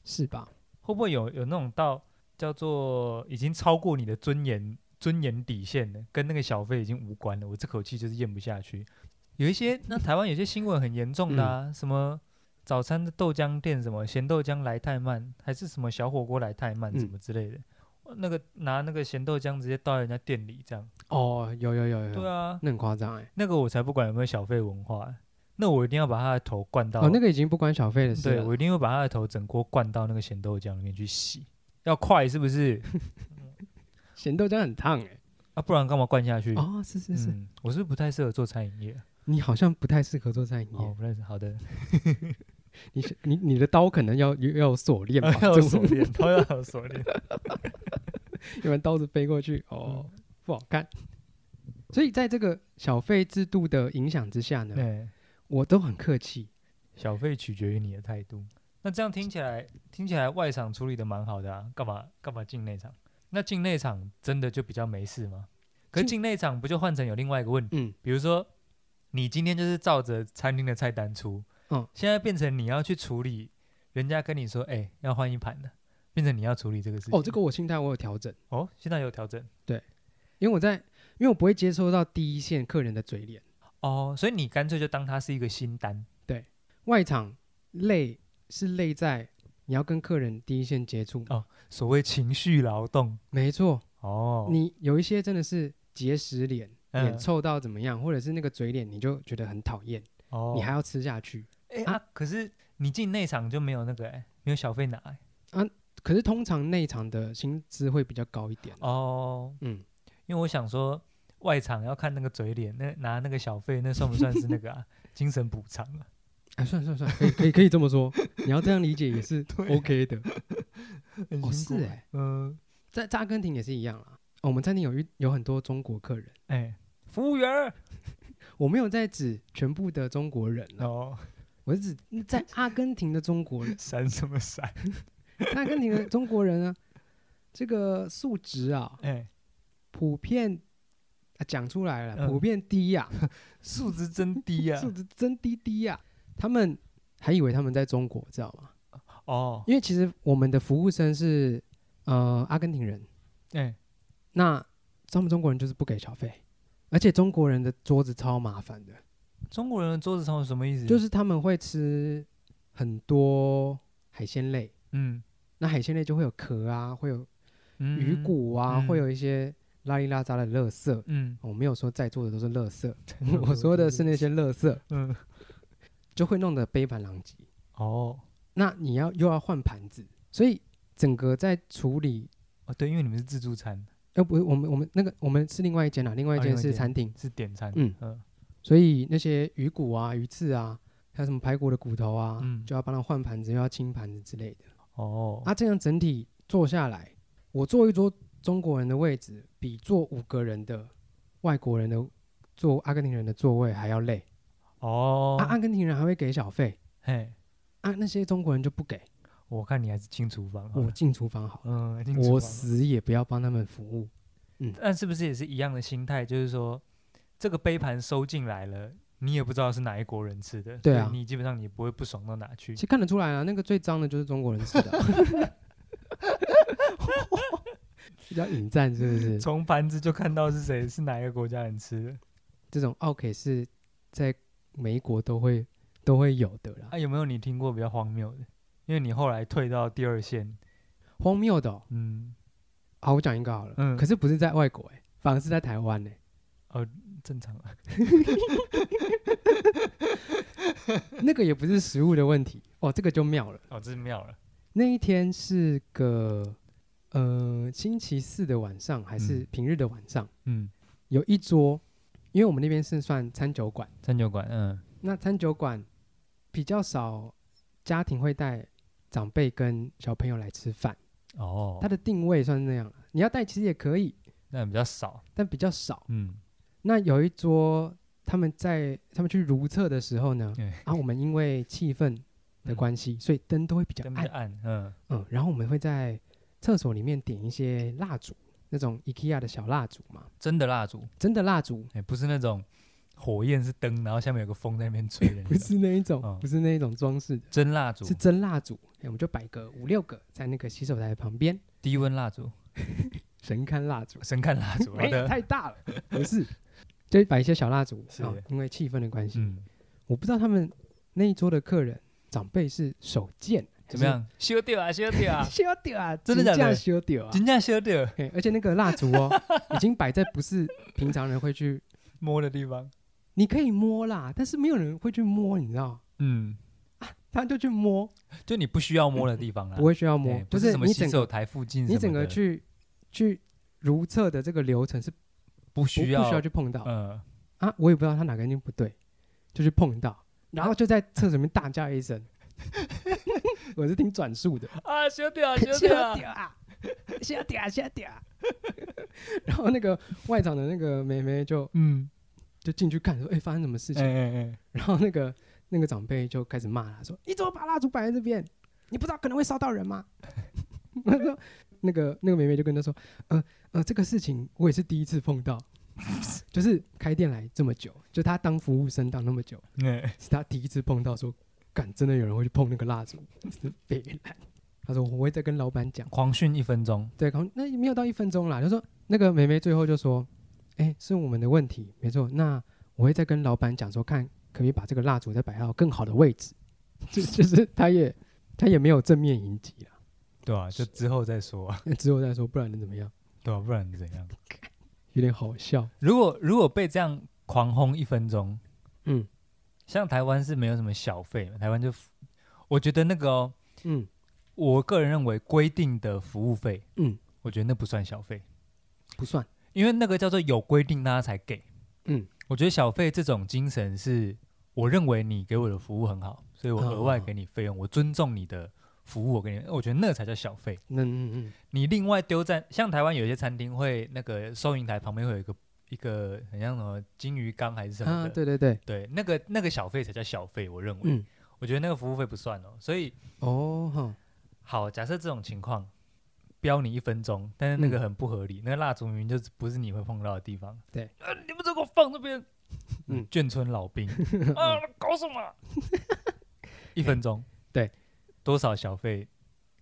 S2: 是吧？
S1: 会不会有有那种到叫做已经超过你的尊严尊严底线了，跟那个小费已经无关了？我这口气就是咽不下去。有一些那台湾有些新闻很严重的啊，
S2: 嗯
S1: 什么早餐的豆浆店，什么咸豆浆来太慢，还是什么小火锅来太慢，
S2: 嗯
S1: 什么之类的。那个拿那个咸豆浆直接倒在人家店里，这样。
S2: 哦，有有有有，
S1: 对啊，
S2: 那很夸张哎。
S1: 那个我才不管有没有小费文化，那我一定要把他的头灌到。
S2: 哦，那个啊已经不关小费的事
S1: 对，
S2: 了。
S1: 我一定会把他的头整锅灌到那个咸豆浆里面去洗，要快是不是？
S2: 咸豆浆很烫哎。
S1: 啊，不然干嘛灌下去？
S2: 哦，是是是，
S1: 嗯，我是不是不太适合做餐饮业。
S2: 你好像不太适合做餐饮
S1: 哦，
S2: 业。
S1: 不太适合。好 的，
S2: 你是你你的刀可能要要有锁链吧？
S1: 要有
S2: 这
S1: 锁，
S2: 种
S1: 链，都要有锁 链。
S2: 因为刀子飞过去，哦，
S1: 嗯
S2: 不好看。所以在这个小费制度的影响之下呢，
S1: 对，
S2: 我都很客气。
S1: 小费取决于你的态度。那这样听起来，听起来外场处理的蛮好的啊，干嘛干嘛进内场？那进内场真的就比较没事吗？可是
S2: 进
S1: 进内场不就换成有另外一个问题？
S2: 嗯，
S1: 比如说，你今天就是照着餐厅的菜单出，
S2: 嗯
S1: 现在变成你要去处理，人家跟你说，哎、要换一盘的，变成你要处理这个事情。
S2: 哦，这个我心态我有调整，
S1: 哦，现在有调整。
S2: 因为我在，因为我不会接收到第一线客人的嘴脸。
S1: 哦，所以你干脆就当它是一个新单
S2: 外场累是累在你要跟客人第一线接触，
S1: 哦所谓情绪劳动。
S2: 没错，
S1: 哦，
S2: 你有一些真的是结石脸，
S1: 嗯
S2: 脸臭到怎么样，或者是那个嘴脸，你就觉得很讨厌，
S1: 哦，
S2: 你还要吃下去。
S1: 哎啊可是你进内场就没有那个哎、没有小费拿、哎
S2: 嗯可是通常内场的薪资会比较高一点。
S1: 哦，
S2: 嗯，
S1: 因为我想说外场要看那个嘴脸，那拿那个小费那算不算是那个啊精神补偿啊？
S2: 哎，算算算，啊可以可以可以这么说，你要这样理解也 是
S1: 对
S2: OK 的。
S1: 很
S2: 哦，
S1: 辛
S2: 是
S1: 苦
S2: 哎、
S1: 嗯，
S2: 在在阿根廷也是一样啦。哦我们餐厅有一有很多中国客人，
S1: 哎、服务员儿
S2: 我没有在指全部的中国人啊，
S1: 哦，
S2: 我是指在阿根廷的中国人，
S1: 闪什么闪？
S2: 在阿根廷的中国人呢，这个素质啊，
S1: 哎、
S2: 普遍啊讲出来了，
S1: 嗯
S2: 普遍低呀、
S1: 素质真低啊
S2: 啊素！质真低低呀、他们还以为他们在中国，知道吗？
S1: 哦，
S2: 因为其实我们的服务生是呃阿根廷人，
S1: 哎，
S2: 那他们中国人就是不给小费，而且中国人的桌子超麻烦的，
S1: 中国人的桌子上有什么意思？
S2: 就是他们会吃很多海鲜类，
S1: 嗯，
S2: 那海鲜类就会有壳啊，会有
S1: 嗯
S2: 鱼，骨啊，
S1: 嗯
S2: 会有一些拉里拉杂的垃圾。哦
S1: 嗯
S2: 我没有说在座的都是 垃圾， 我说的是那些垃圾，
S1: 嗯，
S2: 就会弄得杯盘狼藉。
S1: 哦，
S2: 那你要又要换盘子，所以整个在处理，
S1: 哦对，因为你们是自助餐，
S2: 要不我们我们那个我们是另外一间啊啦，另外一
S1: 哦
S2: 间
S1: 另外一
S2: 是
S1: 间
S2: 餐厅，
S1: 是点餐，
S2: 嗯
S1: 嗯
S2: 所以那些鱼骨啊、鱼刺啊，还有什么排骨的骨头啊，
S1: 嗯
S2: 就要帮他换盘子，又要清盘子之类的。
S1: 哦，
S2: 啊，这样整体坐下来，我坐一桌中国人的位置，比坐五个人的外国人的坐阿根廷人的座位还要累。啊，阿
S1: 哦，
S2: 根廷人还会给小费，
S1: 嘿，
S2: 啊，那些中国人就不
S1: 啊
S2: 给。
S1: 我看你还是进厨房好
S2: 我
S1: 了，
S2: 进厨房好了，
S1: 嗯，进厨
S2: 我
S1: 房好了
S2: 死也不要帮他们服务。
S1: 但是不是也是一样的心态？就是说，这个杯盘收进来了，你也不知道是哪一国人吃的，
S2: 对啊
S1: 所以你基本上你也不会不爽到哪去
S2: 其。实看得出来啊，那个最脏的就是中国人吃的 啊。 比较引战是不是？
S1: 从盘子就看到是谁是哪一个国家人吃的。
S2: 这种奥 K 是在每一国都会都会有的啦
S1: 啊，，有没有你听过比较荒谬的？因为你后来退到第二线，
S2: 荒谬的、哦。
S1: 嗯，
S2: 好，我讲一个好了，
S1: 嗯
S2: 可是不是在外国、欸，反而是在台湾呢、
S1: 正常啊。
S2: 那个也不是食物的问题，哦，这个就妙了。
S1: 哦，这是妙了。
S2: 那一天是个呃星期四的晚上，还是
S1: 嗯
S2: 平日的晚上，
S1: 嗯，
S2: 有一桌，因为我们那边是算餐酒馆，
S1: 餐酒馆，嗯，
S2: 那餐酒馆比较少家庭会带长辈跟小朋友来吃饭，
S1: 哦
S2: 它，的定位算是那样了。你要带其实也可以，
S1: 那比较少，
S2: 但比较少。
S1: 嗯，
S2: 那有一桌，他们在他们去如厕的时候呢，
S1: 对，
S2: 啊，我们因为气氛的关系，所以灯都会比较
S1: 嗯跟比
S2: 暗
S1: 较，暗，嗯，
S2: 嗯，然后我们会在厕所里面点一些蜡烛，那种 IKEA 的小蜡烛嘛，
S1: 真的蜡烛，
S2: 真的蜡烛，
S1: 哎、不是那种火焰是灯，然后下面有个风在那边吹的那种，
S2: 不是那一种，
S1: 哦
S2: 不是那一种装饰的，
S1: 真蜡烛
S2: 是，真蜡烛。哎，我们就摆个五六个在那个洗手台旁边，
S1: 低温蜡烛，
S2: 神龛蜡烛，
S1: 神看蜡 烛，好
S2: 哎、
S1: 的，
S2: 太大了，不是，就摆一些小蜡烛，
S1: 是
S2: 哦因为气氛的关系，
S1: 嗯，
S2: 我不知道他们那一桌的客人长辈是手贱，
S1: 怎么？样？修掉啊，修掉啊
S2: 修掉啊，
S1: 真的假的
S2: 修掉啊！
S1: 真正修掉，
S2: 嘿而且那个蜡烛哦， 已经摆在不是平常人会去，
S1: 摸的地方，
S2: 你可以摸啦，但是没有人会去摸，你知道？
S1: 嗯，
S2: 他就去摸，
S1: 就你不需要摸的地方啦，
S2: 不会需要摸
S1: 哎，
S2: 就
S1: 不是什么
S2: 你
S1: 洗
S2: 整
S1: 手
S2: 个
S1: 台附近什么
S2: 你
S1: 的，
S2: 整个去去如厕的这个流程是不
S1: 不
S2: 不
S1: 需
S2: 需
S1: 要，
S2: 要去碰到
S1: 嗯，
S2: 啊！我也不知道他哪根筋不对，就去碰到，然后就在厕所里面大叫一声， 我是听转述的，
S1: 啊，修掉啊， 修
S2: 小
S1: 掉啊，
S2: 屌啊，小屌啊，小屌啊。 然后那个外场的那个妹妹就
S1: 嗯，
S2: 就进去看，说：“哎、发生什么事
S1: 哎
S2: 情
S1: 哎哎，？”
S2: 然后那个那个长辈就开始骂他，说：“你怎么把蜡烛摆在这边？你不知道可能会烧到人吗？” 我说：“那个那个妹妹就跟他说：‘呃呃，这个事情我也是第一次碰到， 就是开店来这么久，就他当服务生当那么久，
S1: 哎
S2: 是他第一次碰到说，敢真的有人会去碰那个蜡烛， 是北兰。”他说：“我会再跟老板讲。”
S1: 狂训一分钟，
S2: 对，可能那也没有到一分钟啦，就说那个梅梅最后就说，哎、是我们的问题，没错。那我会再跟老板讲说，看可不可以把这个蜡烛再摆到更好的位置。 就就是他也他也没有正面迎击啦，
S1: 对啊，就之后再说啊，
S2: 那 之后再说，不然能怎么样？
S1: 对啊，不然怎样？
S2: 有点好笑。
S1: 如果如果被这样狂轰一分钟，
S2: 嗯
S1: 像台湾是没有什么小费嘛，台湾就付，我觉得那个哦、
S2: 嗯，
S1: 我个人认为规定的服务费，
S2: 嗯，
S1: 我觉得那不算小费，
S2: 不算。
S1: 因为那个叫做有规定大家才给，
S2: 嗯，
S1: 我觉得小费这种精神是，我认为你给我的服务很好，所以我额外给你费用，我尊重你的服务，我给你，我觉得那才叫小费。
S2: 那嗯嗯
S1: 你另外丢在像台湾有些餐厅会那个收银台旁边会有一个一个很像什么金鱼缸还是什
S2: 嗯，
S1: 么
S2: 啊，
S1: 的，
S2: 对对对，
S1: 对那个那个小费才叫小费，我认为，
S2: 嗯，
S1: 我觉得那个服务费不算哦。所以
S2: 哦哈，
S1: 好，假设这种情况，标你一分钟，但是那个
S2: 嗯
S1: 很不合理，那个蜡烛明明就是不是你会碰到的地方，
S2: 对，
S1: 呃，你们这给我放这边，
S2: 嗯
S1: 嗯，眷村老兵啊，搞什么？一分钟，
S2: 哎对，
S1: 多少小费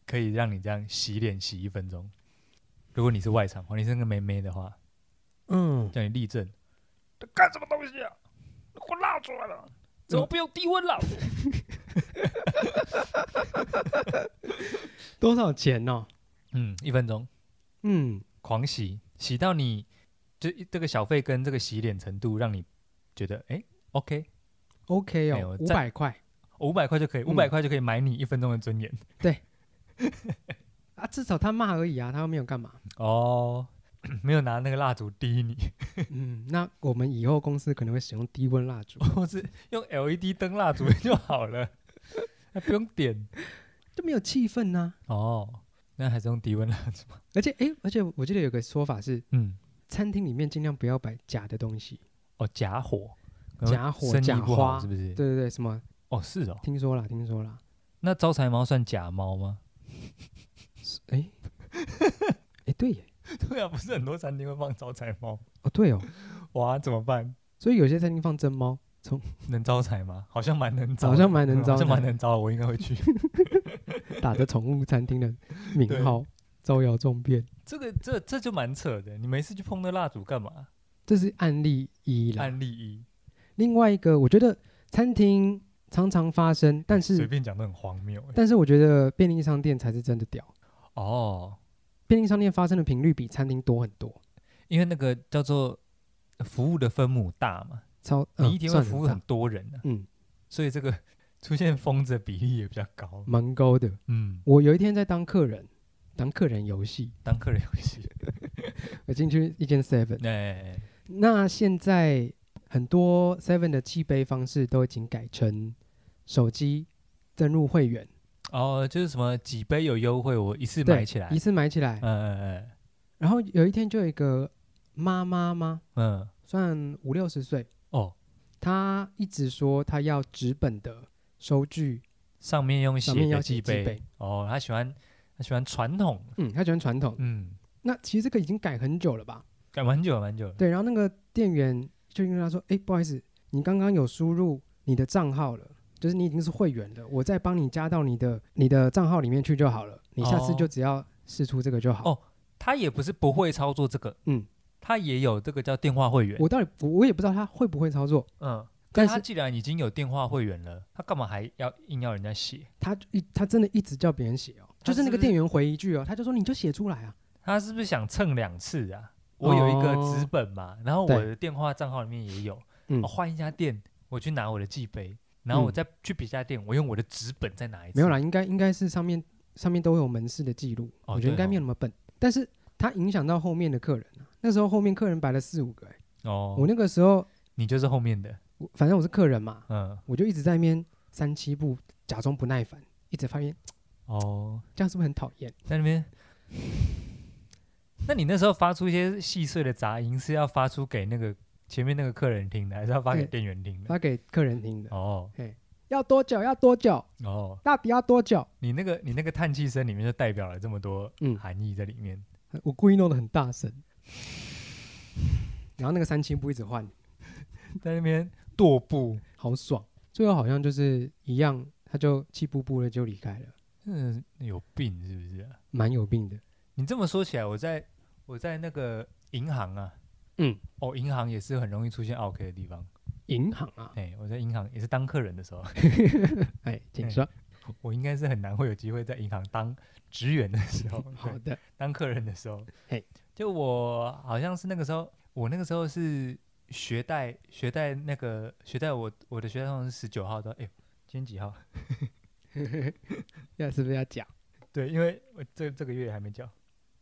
S1: 可以让你这样洗脸洗一分钟？如果你是外场，或你是那个妹妹的话，
S2: 嗯，
S1: 叫你立正，这干什么东西啊？火蜡出来了，怎
S2: 嗯
S1: 么不用低温蜡烛？
S2: 多少钱哦？
S1: 嗯，一分钟
S2: 嗯，
S1: 狂洗，洗到你就一这个小费跟这个洗脸程度，让你觉得哎、o k
S2: OK
S1: 没有
S2: 哦，五
S1: 在
S2: 百块
S1: 五百块就可以，
S2: 嗯
S1: 五百块就可以买你一分钟的尊严。
S2: 啊，至少他骂而已啊，他又没有 干嘛。
S1: 哦， 没有拿那个蜡烛滴你，
S2: 嗯，那我们以后公司可能会使用低温蜡烛，
S1: 或是用 LED 灯蜡烛就好了， 还不用点。
S2: 就没有气氛啊呐、
S1: 哦，那还是用低温蜡烛。
S2: 而且，诶，而且我记得有个说法是，
S1: 嗯，
S2: 餐厅里面尽量不要摆假的东西。
S1: 哦，假火，
S2: 假火
S1: 生意
S2: 假
S1: 不好
S2: 花
S1: 是不是？
S2: 对对对，什么？
S1: 哦，是哦。
S2: 听说啦，听说啦。
S1: 那招财猫算假猫吗？
S2: 诶，诶，对耶，
S1: 对啊，不是很多餐厅会放招财猫。
S2: 哦对哦，
S1: 哇，怎么办？
S2: 所以有些餐厅放真猫，
S1: 能招财吗？ 好像蛮能招的，
S2: 好像蛮能
S1: 好
S2: 招的
S1: 像蛮能招的。我应该会去。
S2: 打着宠物餐厅的名号招摇撞骗，
S1: 这个这这就蛮扯的。你没事去碰那蜡烛干嘛？
S2: 这是案例一啦。
S1: 案例一，
S2: 另外一个，我觉得餐厅常常发生，但
S1: 随
S2: 是
S1: 便讲都很荒谬、欸。
S2: 但是我觉得便利商店才是真的屌，
S1: 哦，
S2: 便利商店发生的频率比餐厅多很多，
S1: 因为那个叫做服务的分母大嘛，
S2: 超、呃、
S1: 你一天会
S2: 算得
S1: 服务
S2: 上
S1: 很多人、啊、
S2: 嗯
S1: 所以这个 出现疯子的比例也比较高。
S2: 蛮高的。
S1: 嗯，
S2: 我有一天在当客人，当客人游戏，
S1: 当客人游戏，
S2: 我进去一间 Seven，
S1: 哎哎，哎
S2: 那现在很多 Seven 的计杯方式都已经改成手机登入会员，
S1: 哦，就是什么几杯有优惠，我一次
S2: 对
S1: 买起来。
S2: 一
S1: 嗯
S2: 次买起来。
S1: 嗯
S2: 然后有一天就有一个妈妈吗？
S1: 嗯嗯，
S2: 算五六十岁，
S1: 哦，
S2: 她一直说她要纸本的收据，
S1: 上面用
S2: 上
S1: 写
S2: 面要
S1: 的几
S2: 写几
S1: 杯
S2: 杯，
S1: 哦，他喜欢他喜欢传统，
S2: 嗯，她喜欢传统。
S1: 嗯，
S2: 那其实这个已经改很久了吧？
S1: 改蛮久了蛮久了。
S2: 对，然后那个店员就跟她说：“哎，不好意思，你刚刚有输入你的账号了。”就是你已经是会员了，我再帮你加到你的你的账号里面去就好了。你下次
S1: 哦
S2: 就只要试出这个就好。
S1: 哦他也不是不会操作这个，
S2: 嗯，
S1: 他也有这个叫电话会员，
S2: 我到底我也不知道他会不会操作，
S1: 嗯，
S2: 但
S1: 但
S2: 是
S1: 他既然已经有电话会员了，他干嘛还要硬要人家写？
S2: 他就一他真的一直叫别人写哦，
S1: 他
S2: 就是那
S1: 是
S2: 个
S1: 不是
S2: 店员回一句哦，他就说你就写出来啊，
S1: 他是不是想蹭两次啊？我有一个
S2: 哦
S1: 纸本嘛，然后我
S2: 对
S1: 的电话账号里面也有，
S2: 嗯
S1: 我换一家店，我去拿我的寄杯，然后我
S2: 嗯
S1: 再去别家店，我用我的纸本再拿一次。
S2: 没有啦，，应该应该是上面上面都有门市的记录，
S1: 哦
S2: 我觉得
S1: 对
S2: 应该没有那么笨，但是他影响到后面的客人啊，那时候后面客人摆了四五个、欸，我
S1: 哦，
S2: 那个时候
S1: 你就是后面的，
S2: 我反正我是客人嘛，
S1: 嗯，
S2: 我就一直在那边三七步假装不耐烦，一直发现
S1: 哦，
S2: 这样是不是很讨厌？
S1: 在那边。那你那时候发出一些细碎的杂音，是要发出给那个前面那个客人听的，还是要发给
S2: 对
S1: 店员听的？
S2: 发给客人听的，
S1: 哦
S2: 要多久？要多久？
S1: 哦，
S2: 到底要多久？
S1: 你那个你那个叹气声里面就代表了这么多
S2: 嗯
S1: 含义在里面。
S2: 呃我故意弄得很大声，然后那个三七步一直换。
S1: 在那边踱步，
S2: 好爽。最后好像就是一样，他就气呼呼的就离开了，
S1: 嗯，有病是不是、啊？
S2: 蛮有病的。
S1: 你这么说起来，我在我在那个银行啊，
S2: 嗯，
S1: 哦，银行也是很容易出现 OK 的地方。
S2: 银行啊，
S1: 哎、我在银行也是当客人的时候，
S2: 哎，请说。
S1: 我应该是很难会有机会在银行当职员的时候，
S2: 好
S1: 对，
S2: 的，
S1: 当客人的时候
S2: 嘿，
S1: 就我好像是那个时候，我那个时候是学贷学贷那个学贷我我的学贷好像是十九号的，哎、今天几号？
S2: 要是不是要讲？
S1: 对，因为我这这个月还没缴，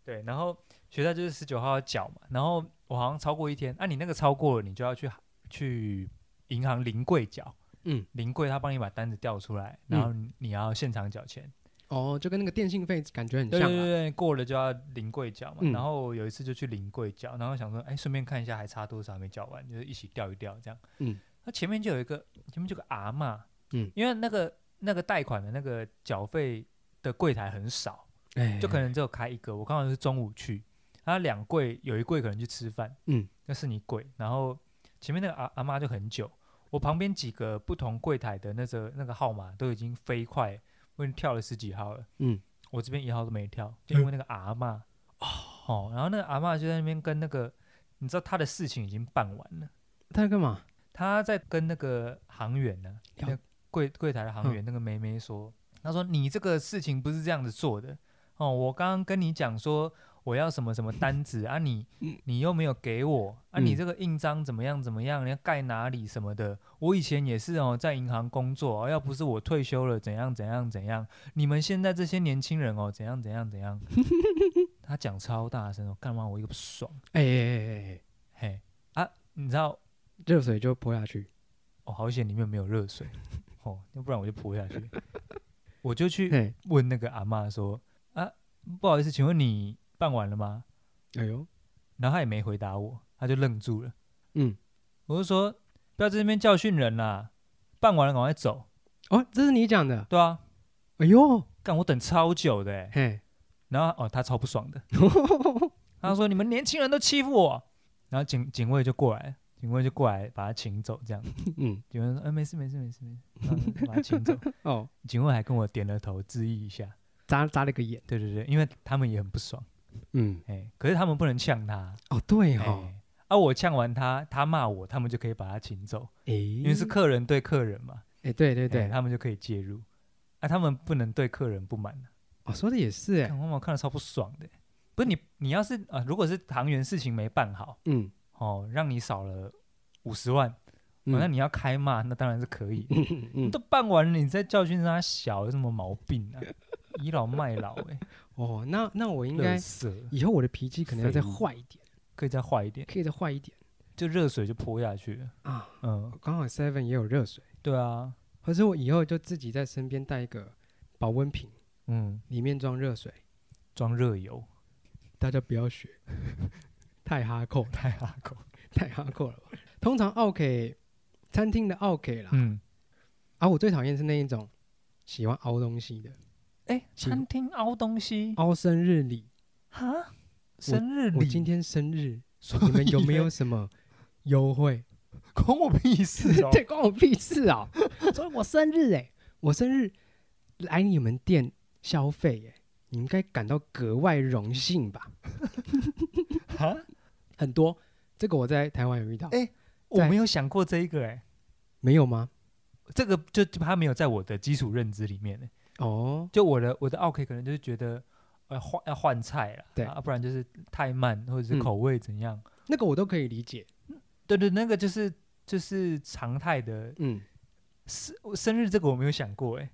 S1: 对，然后学贷就是十九号要缴嘛，然后我好像超过一天，啊，你那个超过了，你就要去去银行临柜缴，
S2: 嗯，
S1: 临柜他帮你把单子调出来，然后你要现场缴钱，
S2: 哦，就跟那个电信费感觉很
S1: 对对
S2: 像
S1: 对
S2: 啊。
S1: 对，过了就要临柜缴嘛，
S2: 嗯
S1: 然后有一次就去临柜缴，然后想说，哎，顺便看一下还差多少还没缴完，就是一起调一调这样，
S2: 嗯，
S1: 那前面就有一个前面就有个阿嬷，
S2: 嗯
S1: 因为那个那个贷款的那个缴费的柜台很少。
S2: 哎，
S1: 就可能只有开一个。我刚好是中午去，他两柜有一柜可能去吃饭，
S2: 嗯，
S1: 那是你柜，然后前面那个阿阿妈就很久，我旁边几个不同柜台的那个那个号码都已经飞快，我已经跳了十几号了。
S2: 嗯，
S1: 我这边一号都没跳，就因为那个阿嬷哦，然后那个阿嬷就在那边跟那个，你知道她的事情已经办完了，
S2: 他在干嘛？
S1: 她在跟那个行员呢、
S2: 聊嗯
S1: 那柜柜台的行员那个梅梅说，她说你这个事情不是这样子做的哦，我刚刚跟你讲说我要什么什么单子 啊你，你又没有给我啊，你
S2: 嗯
S1: 这个印章怎么样怎么样，你要盖哪里什么的，我以前也是哦，在银行工作、哦，要不是我退休了怎样怎样怎样，你们现在这些年轻人哦怎样怎样怎 样，他讲超大声哦，干嘛我又不爽，
S2: 哎哎哎哎哎，
S1: 嘿啊，你知道
S2: 热水就泼下去。
S1: 哦，好险里面没有热水，哦，要不然我就泼下去。我就去
S2: 嘿，
S1: 问那个阿嬷说：“啊，不好意思，请问你办完了吗
S2: 哎呦，？”
S1: 然后她也没回答我，她就愣住了。
S2: 嗯，
S1: 我就说：“不要在这边教训人啦，办完了赶快走。
S2: 哦，这是你讲的”。
S1: 对啊，
S2: 哎呦，
S1: 干我等超久的欸、
S2: 嘿，
S1: 然后哦，她超不爽的，她说：“你们年轻人都欺负我。”然后警警卫就过来，警卫就过来把她请走，这样。
S2: 嗯，
S1: 警卫说：“哎，没事没事没事没事。”然后把她请走。
S2: 哦，
S1: 警卫还跟我点了头，致意一下。
S2: 眨眨了个眼。
S1: 对对对，因为他们也很不爽，
S2: 嗯，
S1: 哎、可是他们不能呛他，
S2: 哦，对
S1: 哎、
S2: 哦，
S1: 啊，我呛完他，他骂我，他们就可以把他请走，
S2: 哎，因
S1: 因为是客人对客人嘛，
S2: 哎，对对
S1: 哎
S2: 对，
S1: 他们就可以介入，啊，他们不能对客人不满啊，
S2: 哦，说的也是哎
S1: 看，我看了超不爽的、不是你，你要是啊，如果是唐源事情没办好，
S2: 嗯，
S1: 哦，让你少了五十万、哦
S2: 嗯
S1: 那你要开骂，那当然是可以，
S2: 嗯嗯
S1: 你都办完了，你再教训他小有什么毛病啊？倚老卖老、哎，
S2: 哦，那那我 应该
S1: 垃圾
S2: 以后我的脾气可能要再
S1: 废物
S2: 坏一点，
S1: 可以再坏一点，
S2: 可以再坏一点
S1: 就热水就泼下去了。
S2: 啊。
S1: 嗯，
S2: 刚好 Seven 也有热水，
S1: 对啊，
S2: 或者我以后就自己在身边带一个保温瓶，
S1: 嗯，
S2: 里面装热水，
S1: 装热油，
S2: 大家不要学， 太哈扣了，
S1: 太哈口。
S2: 太哈扣了吧？通常 OK 餐厅的 OK 啦，
S1: 嗯，
S2: 啊，我最讨厌是那一种喜欢凹东西的，
S1: 哎、
S2: 请
S1: 餐厅凹东西
S2: 凹生日礼。
S1: 哈，生日礼，
S2: 哦我今天生 日，
S1: 所
S2: 你们有没
S1: 以
S2: 有
S1: 嘞
S2: 什么优惠？
S1: 关我屁事哦？
S2: 这关我屁事啊！ 说我生日哎、我生日来你们店消费哎、你应该感到格外荣幸吧？
S1: 哈，
S2: 很多，这个我在台湾有遇到，
S1: 哎我没有想过这一个哎、
S2: 没有吗？
S1: 这个就就他没有在我的基础认知里面、欸、
S2: 哦，
S1: 就我的我的 OK 可能就是觉得。呃，换要换菜了，
S2: 对
S1: 啊，不然就是太慢，或者是
S2: 嗯
S1: 口味怎样？
S2: 那个我都可以理解，
S1: 对对，那个就是就是常态的
S2: 嗯，
S1: 生生日，这个我没有想过哎、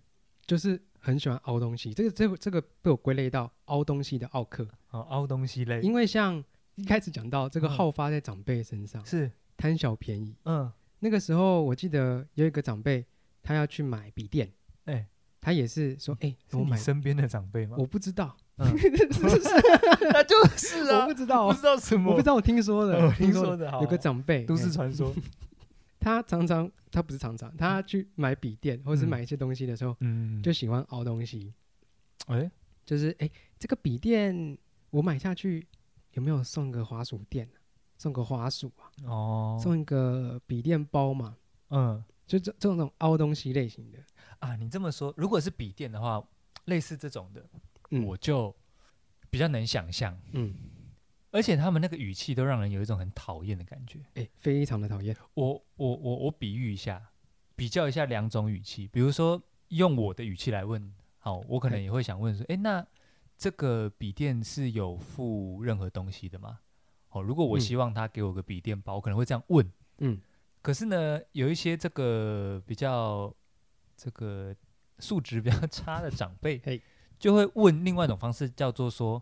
S2: 就是很喜欢凹东西，这个这个这个被我归类到凹东西的奥克，
S1: 哦，凹东西类
S2: 因为像一开始讲到这个
S1: 嗯
S2: 好发在长辈身上，
S1: 是，
S2: 贪小便宜。
S1: 嗯，
S2: 那个时候我记得有一个长辈，他要去买笔电，
S1: 哎
S2: 他也是说，哎、
S1: 嗯是
S2: 我
S1: 你
S2: 买
S1: 身边的长辈吗？
S2: 我不知道，
S1: 嗯 那就是
S2: 我
S1: 啊
S2: 不，知道，
S1: 不
S2: 我
S1: 知道什么，
S2: 不知啊道，我听说的，
S1: 呃
S2: 我
S1: 听
S2: 说
S1: 说的，好
S2: 有个长辈，
S1: 都市
S2: 哎
S1: 传说，
S2: 他常常他不是常常，他去买笔电或是买一些东西的时候，
S1: 嗯，
S2: 就喜欢熬东西，
S1: 哎，
S2: 就是哎、这个笔电我买下去有没有送个滑鼠垫啊、送个滑鼠啊，
S1: 哦，
S2: 送一个笔电包嘛，
S1: 嗯
S2: 就这这种凹东西类型的，
S1: 啊，你这么说，如果是笔电的话，类似这种的，
S2: 嗯
S1: 我就比较能想象，
S2: 嗯，
S1: 而且他们那个语气都让人有一种很讨厌的感觉。
S2: 哎、非常的讨厌，
S1: 我我我我比喻一下，比较一下两种语气，比如说用我的语气来问，好，我可能
S2: 嘿
S1: 也会想问说，诶，那这个笔电是有附任何东西的吗？哦，如果我
S2: 嗯
S1: 希望他给我个笔电包，我可能会这样问。
S2: 嗯，
S1: 可是呢，有一些这个比较这个素质比较 差的长辈
S2: 嘿，
S1: 就会问另外一种方式，叫做说，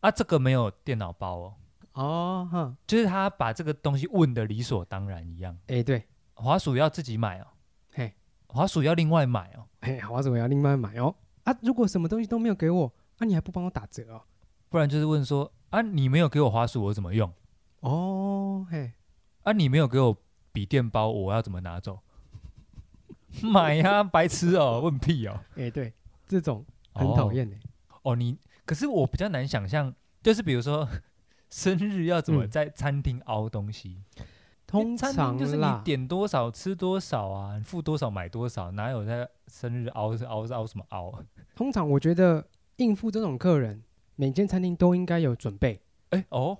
S1: 啊，这个没有电脑包哦，
S2: 哦哈，
S1: 就是他把这个东西问的理所当然一样。
S2: 哎、对，
S1: 滑鼠要自己买哦，
S2: 嘿，
S1: 滑鼠要另外买哦，
S2: 哎、滑鼠我要另外买哦，啊，如果什么东西都没有给我，啊，你还不帮我打折哦，
S1: 不然就是问说啊，你没有给我滑鼠，我怎么用？
S2: 哦，嘿，
S1: 啊，你没有给我笔电包，我要怎么拿走？ 买呀、白痴哦，问屁哦，
S2: 哎、对，这种 很讨厌欸的，
S1: 哦哦。你可是我比较难想象，就是比如说 生日要怎么
S2: 嗯
S1: 在餐厅凹东西，
S2: 通
S1: 哦餐
S2: 常
S1: 厅就是你
S2: 啦，
S1: 点多少吃多少啊，你付多少买多少，哪有在生日熬熬熬什么熬？
S2: 通常我觉得应付这种客人，每间餐厅都应该有准备
S1: 哎、哦，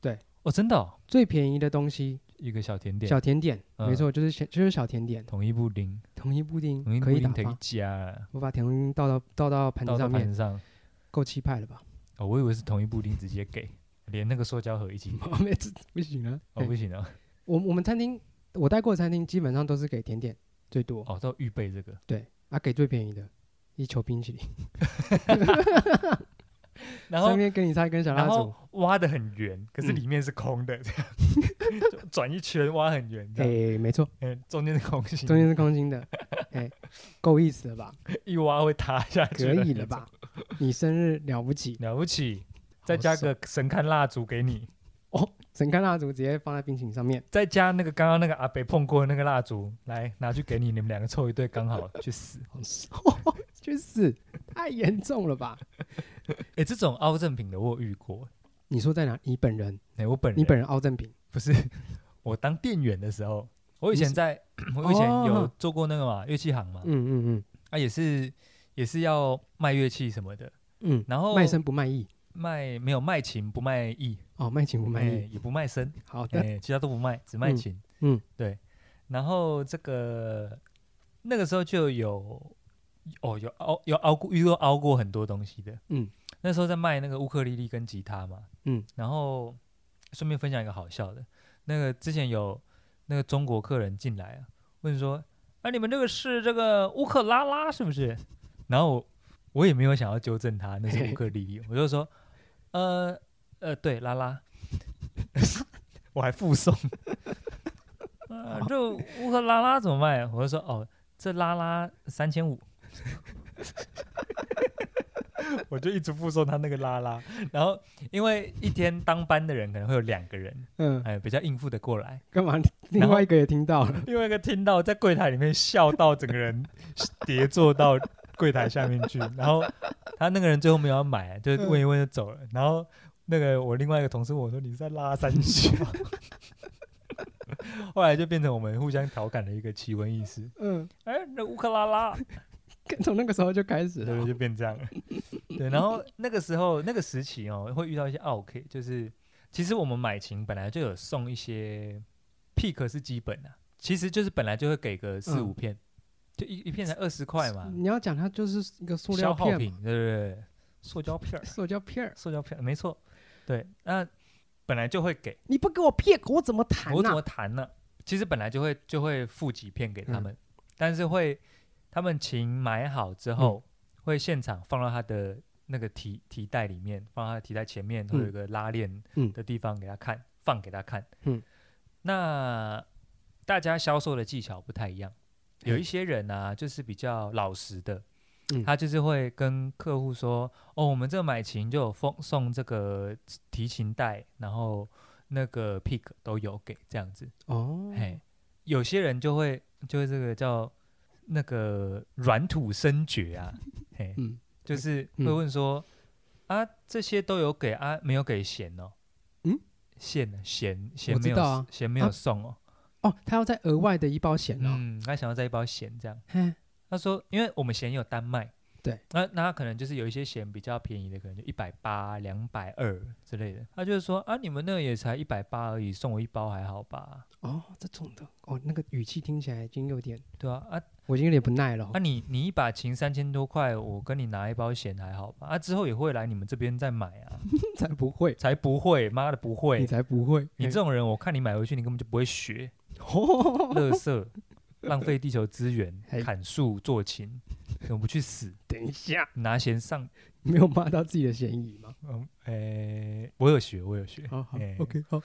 S2: 对，
S1: 哦，真的哦、
S2: 最便宜的东西，
S1: 一个小甜点，
S2: 小甜点，
S1: 嗯
S2: 没错，就是小就是小甜点，
S1: 统一布丁，
S2: 统一布丁
S1: 统一布
S2: 可以打
S1: 丁可以
S2: 发，
S1: 加了
S2: 我把甜丁倒到倒到盘子
S1: 倒到
S2: 上面，
S1: 盘上。
S2: 够气派了吧？
S1: 哦，我以为是统一布丁直接给，连那个塑胶盒一起。
S2: 没这不行啊！
S1: 哦，
S2: 哎
S1: 不行啊，
S2: 我我们餐厅我带过的餐厅基本上都是给甜点最多，
S1: 哦，都预备这个。
S2: 对啊，给最便宜的一球冰淇淋，
S1: 然后
S2: 上面给你插一根小蜡
S1: 然
S2: 烛
S1: 后。挖的很圆，可是
S2: 嗯
S1: 里面是空的，这 样就转一圈挖很圆，这
S2: 哎、
S1: 样，
S2: 没错，
S1: 嗯，中间是空心，
S2: 中间是空心的，哎、够意思 了吧？
S1: 一挖会塌下去，
S2: 可以了？吧？你生日了不起
S1: 了不起， 再加个神龛蜡烛给你，
S2: 哦！整根蜡烛直接放在冰淇淋上面，
S1: 再加那个刚刚那个阿北碰过的那个蜡烛，来拿去给你，你们两个凑一对，刚好去死。
S2: 好爽，去死！太严重了吧？
S1: 哎，这种凹正品的我有遇过，
S2: 你说在哪？你本人，
S1: 哎，我本人
S2: 你本人凹正品，
S1: 不是我当店员的时候，我以
S2: 你
S1: 前
S2: 是
S1: 在我以前有
S2: 哦
S1: 做过那个嘛乐器行嘛，
S2: 嗯嗯
S1: 啊也是也是要卖乐器什么的，
S2: 嗯嗯，
S1: 然后
S2: 卖身不卖艺
S1: 卖没有卖琴不卖艺，
S2: 哦，卖情不卖
S1: 哎
S2: 艺，
S1: 也不卖身，
S2: 好的，
S1: 哎，其他都不卖，只卖
S2: 嗯
S1: 琴。
S2: 嗯
S1: 对。然后这个那个时候就有哦，有凹有凹过遇到凹过很多东西的。
S2: 嗯，
S1: 那时候在卖那个乌克丽丽跟吉他嘛。
S2: 嗯，
S1: 然后顺便分享一个好笑的，那个之前有那个中国客人进来啊，问说：“啊，你们这个是这个乌克拉拉是不是？”然后我我也没有想要纠正他，那是乌克丽丽，我就说：“呃呃，对，拉拉。” 我还附送，呃，这乌克拉拉怎么卖？我就说：“哦，这拉拉三千五。” 我就一直附送他那个拉拉，然后因为一天当班的人可能会有两个人，
S2: 嗯，
S1: 哎，比较应付的过来。
S2: 干嘛？另外一个也听到了，
S1: 另外一个听到在柜台里面笑到整个人 跌坐到柜台下面去，然后他那个人最后没有要买，就问一问就走了。然后那个我另外一个同事问我说：“你是在拉三小？” 后来就变成我们互相调侃的一个奇闻异事。
S2: 嗯，
S1: 哎，那乌克拉拉，
S2: 从那个时候就开始
S1: 对，
S2: 了，
S1: 就变这样 了。对，然后那个时候那个时期哦，会遇到一些 OK，就是其实我们买琴本来就有送一些 pick 是基本的、啊其实就是本来就会给个四五
S2: 嗯
S1: 片，就一一片才二十块嘛，
S2: 你要讲它就是一个塑料
S1: 消耗
S2: 片
S1: 品
S2: 嘛，，
S1: 对不对？ 塑胶片儿，
S2: 塑胶片儿，
S1: 塑胶片儿，没错，对，那本来就会给，
S2: 你不给我片，我怎么弹啊
S1: 我怎
S2: 呐
S1: 么？弹呢？其实本来就会就会付几片给他们，
S2: 嗯
S1: 但是会他们琴买好之后，
S2: 嗯
S1: 会现场放到他的那个提提袋里面，放到他的提袋前面会有一个拉链
S2: 嗯
S1: 的地方给他看，放给他看。
S2: 嗯，
S1: 那大家销售的技巧不太一样，有
S2: 嘿
S1: 一些人啊，就是比较老实的。
S2: 哎嗯
S1: 他就是会跟客户说，哦，我们这个买琴就有送送这个提琴带，然后那个 pick 都有给这样子。
S2: 哦，
S1: 嘿，有些人就会就会这个叫那个软土生掘 啊，嘿，
S2: 嗯，
S1: 就是
S2: 嗯
S1: 会问说、啊，这些都有给啊，没有给弦哦，
S2: 嗯，
S1: 线呢弦弦
S2: 我知
S1: 没有、
S2: 道啊
S1: 弦没有
S2: 啊
S1: 送哦，
S2: 哦，他要再额外的一包咸哦，
S1: 嗯，他想要再一包弦这样。
S2: 嘿，
S1: 他说，因为我们弦有单卖，
S2: 对，
S1: 那那他可能就是有一些弦比较便宜的，可能就一百八、两百二之类的。他就是说啊，你们那个也才一百八而已，送我一包还好吧？
S2: 哦，这种的，哦，那个语气听起来已经有点，
S1: 对啊，啊
S2: 我已经有点不耐了哦
S1: 啊。你，你一把琴三千多块，我跟你拿一包咸还好吧？啊，之后也会来你们这边再买 啊，
S2: 才不会，
S1: 才不会，妈的不
S2: 你
S1: 会！
S2: 才不会，
S1: 你这 种人，我看你买回去，你根本就不会学，
S2: 嘿，
S1: 垃圾，浪费地球资 源
S2: 嘿，
S1: 砍树做琴，怎么不去死？
S2: 等一下，
S1: 拿弦上，
S2: 没有骂到自己的嫌疑吗？
S1: 嗯，
S2: 哎
S1: 诶、我有学，我有学。
S2: 好好
S1: 哎
S2: ，OK，好，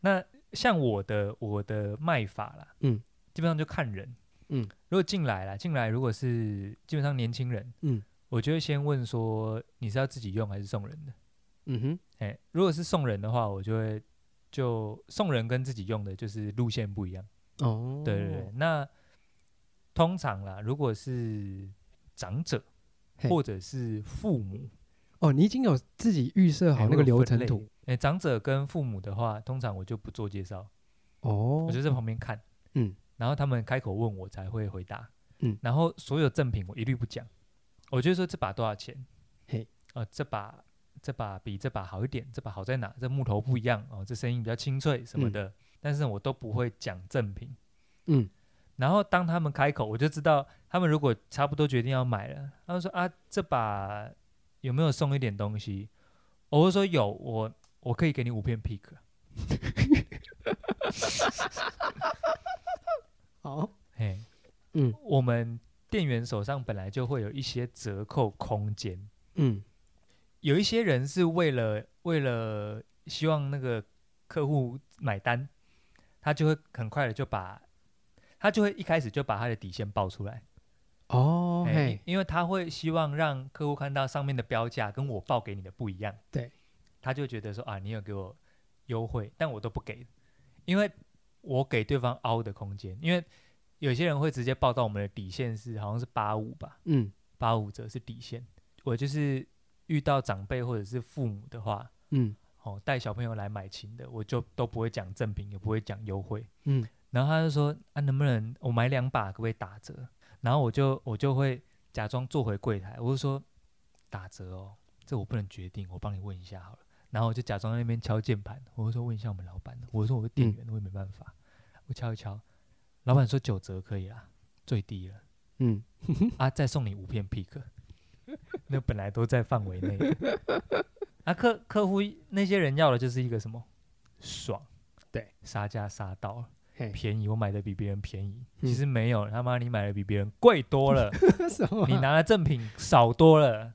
S1: 那像我的我的卖法啦，
S2: 嗯，
S1: 基本上就看人，
S2: 嗯，
S1: 如果进来啦，进来如果是基本上年轻人，
S2: 嗯，
S1: 我就会先问说你是要自己用还是送人的？
S2: 嗯哼，
S1: 哎，如果是送人的话，我就会就送人跟自己用的就是路线不一样，
S2: 哦，
S1: 对对对。，那通常啦，如果是长者
S2: 嘿
S1: 或者是父母，
S2: 哦，你已经有自己预设
S1: 哎
S2: 好
S1: 我
S2: 那个
S1: 有
S2: 流
S1: 分
S2: 程
S1: 类
S2: 图，
S1: 哎，长者跟父母的话，通常我就不做介绍，
S2: 哦
S1: 我，就在旁边看，
S2: 嗯，
S1: 然后他们开口问我才会回答，
S2: 嗯
S1: 然后所有赠品我一律不讲，我就说这把多少钱，
S2: 嘿，
S1: 呃，这把这把比这把好一点，这把好在哪？这木头不一样哦，这声音比较清脆什么
S2: 嗯
S1: 的，但是我都不会讲赠品，
S2: 嗯，
S1: 然后当他们开口，我就知道他们如果差不多决定要买了，他们说啊，这把有没有送一点东西？我会说有，我我可以给你五片 pick。
S2: 好，
S1: 嘿，
S2: 嗯
S1: 我们店员手上本来就会有一些折扣空间，
S2: 嗯
S1: 有一些人是为了为了希望那个客户买单，他就会很快的就把，他就会一开始就把他的底线报出来。
S2: 哦
S1: 哎
S2: 嘿，
S1: 因因为他会希望让客户看到上面的标价跟我报给你的不一样，
S2: 对，
S1: 他就觉得说啊，你有给我优惠，但我都不给，因为我给对方凹的空间，因为有些人会直接报到我们的底线是好像是八五吧，
S2: 嗯
S1: 八五折是底线。我就是遇到长辈或者是父母的话，
S2: 嗯
S1: 哦，带小朋友来买琴的，我就都不会讲赠品，也不会讲优惠，
S2: 嗯
S1: 然后他就说啊，能不能我买两把，可不可以打折？然后我就我就会假装坐回柜台，我就说打折哦，这我不能决定，我帮你问一下好了。然后我就假装在那边敲键盘，我就说问一下我们老板，我说我是店员，我也没办法，我敲一敲，老板说九折可以啦，最低了
S2: 嗯，
S1: 啊，再送你五片 pick，那本来都在范围内的。 啊，客客户那些人要的就是一个什么爽，
S2: 对，
S1: 杀价杀到了。
S2: 嘿，
S1: 便宜，我买的比别人便宜。其
S2: 嗯
S1: 实没有，他妈你买的比别人贵多 了，
S2: 什么
S1: 你
S2: 啊？
S1: 拿的赠品少多了，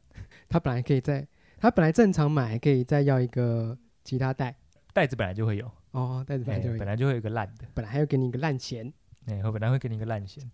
S2: 他本来可以在，他本来正常买，还可以再要一个吉他带
S1: 袋子本来就会有，
S2: 哦，但是本来
S1: 哎
S2: 就会
S1: 本来就会有一个烂的，
S2: 本来还要给你一个烂钱，
S1: 哎、我本来会给你一个烂 钱。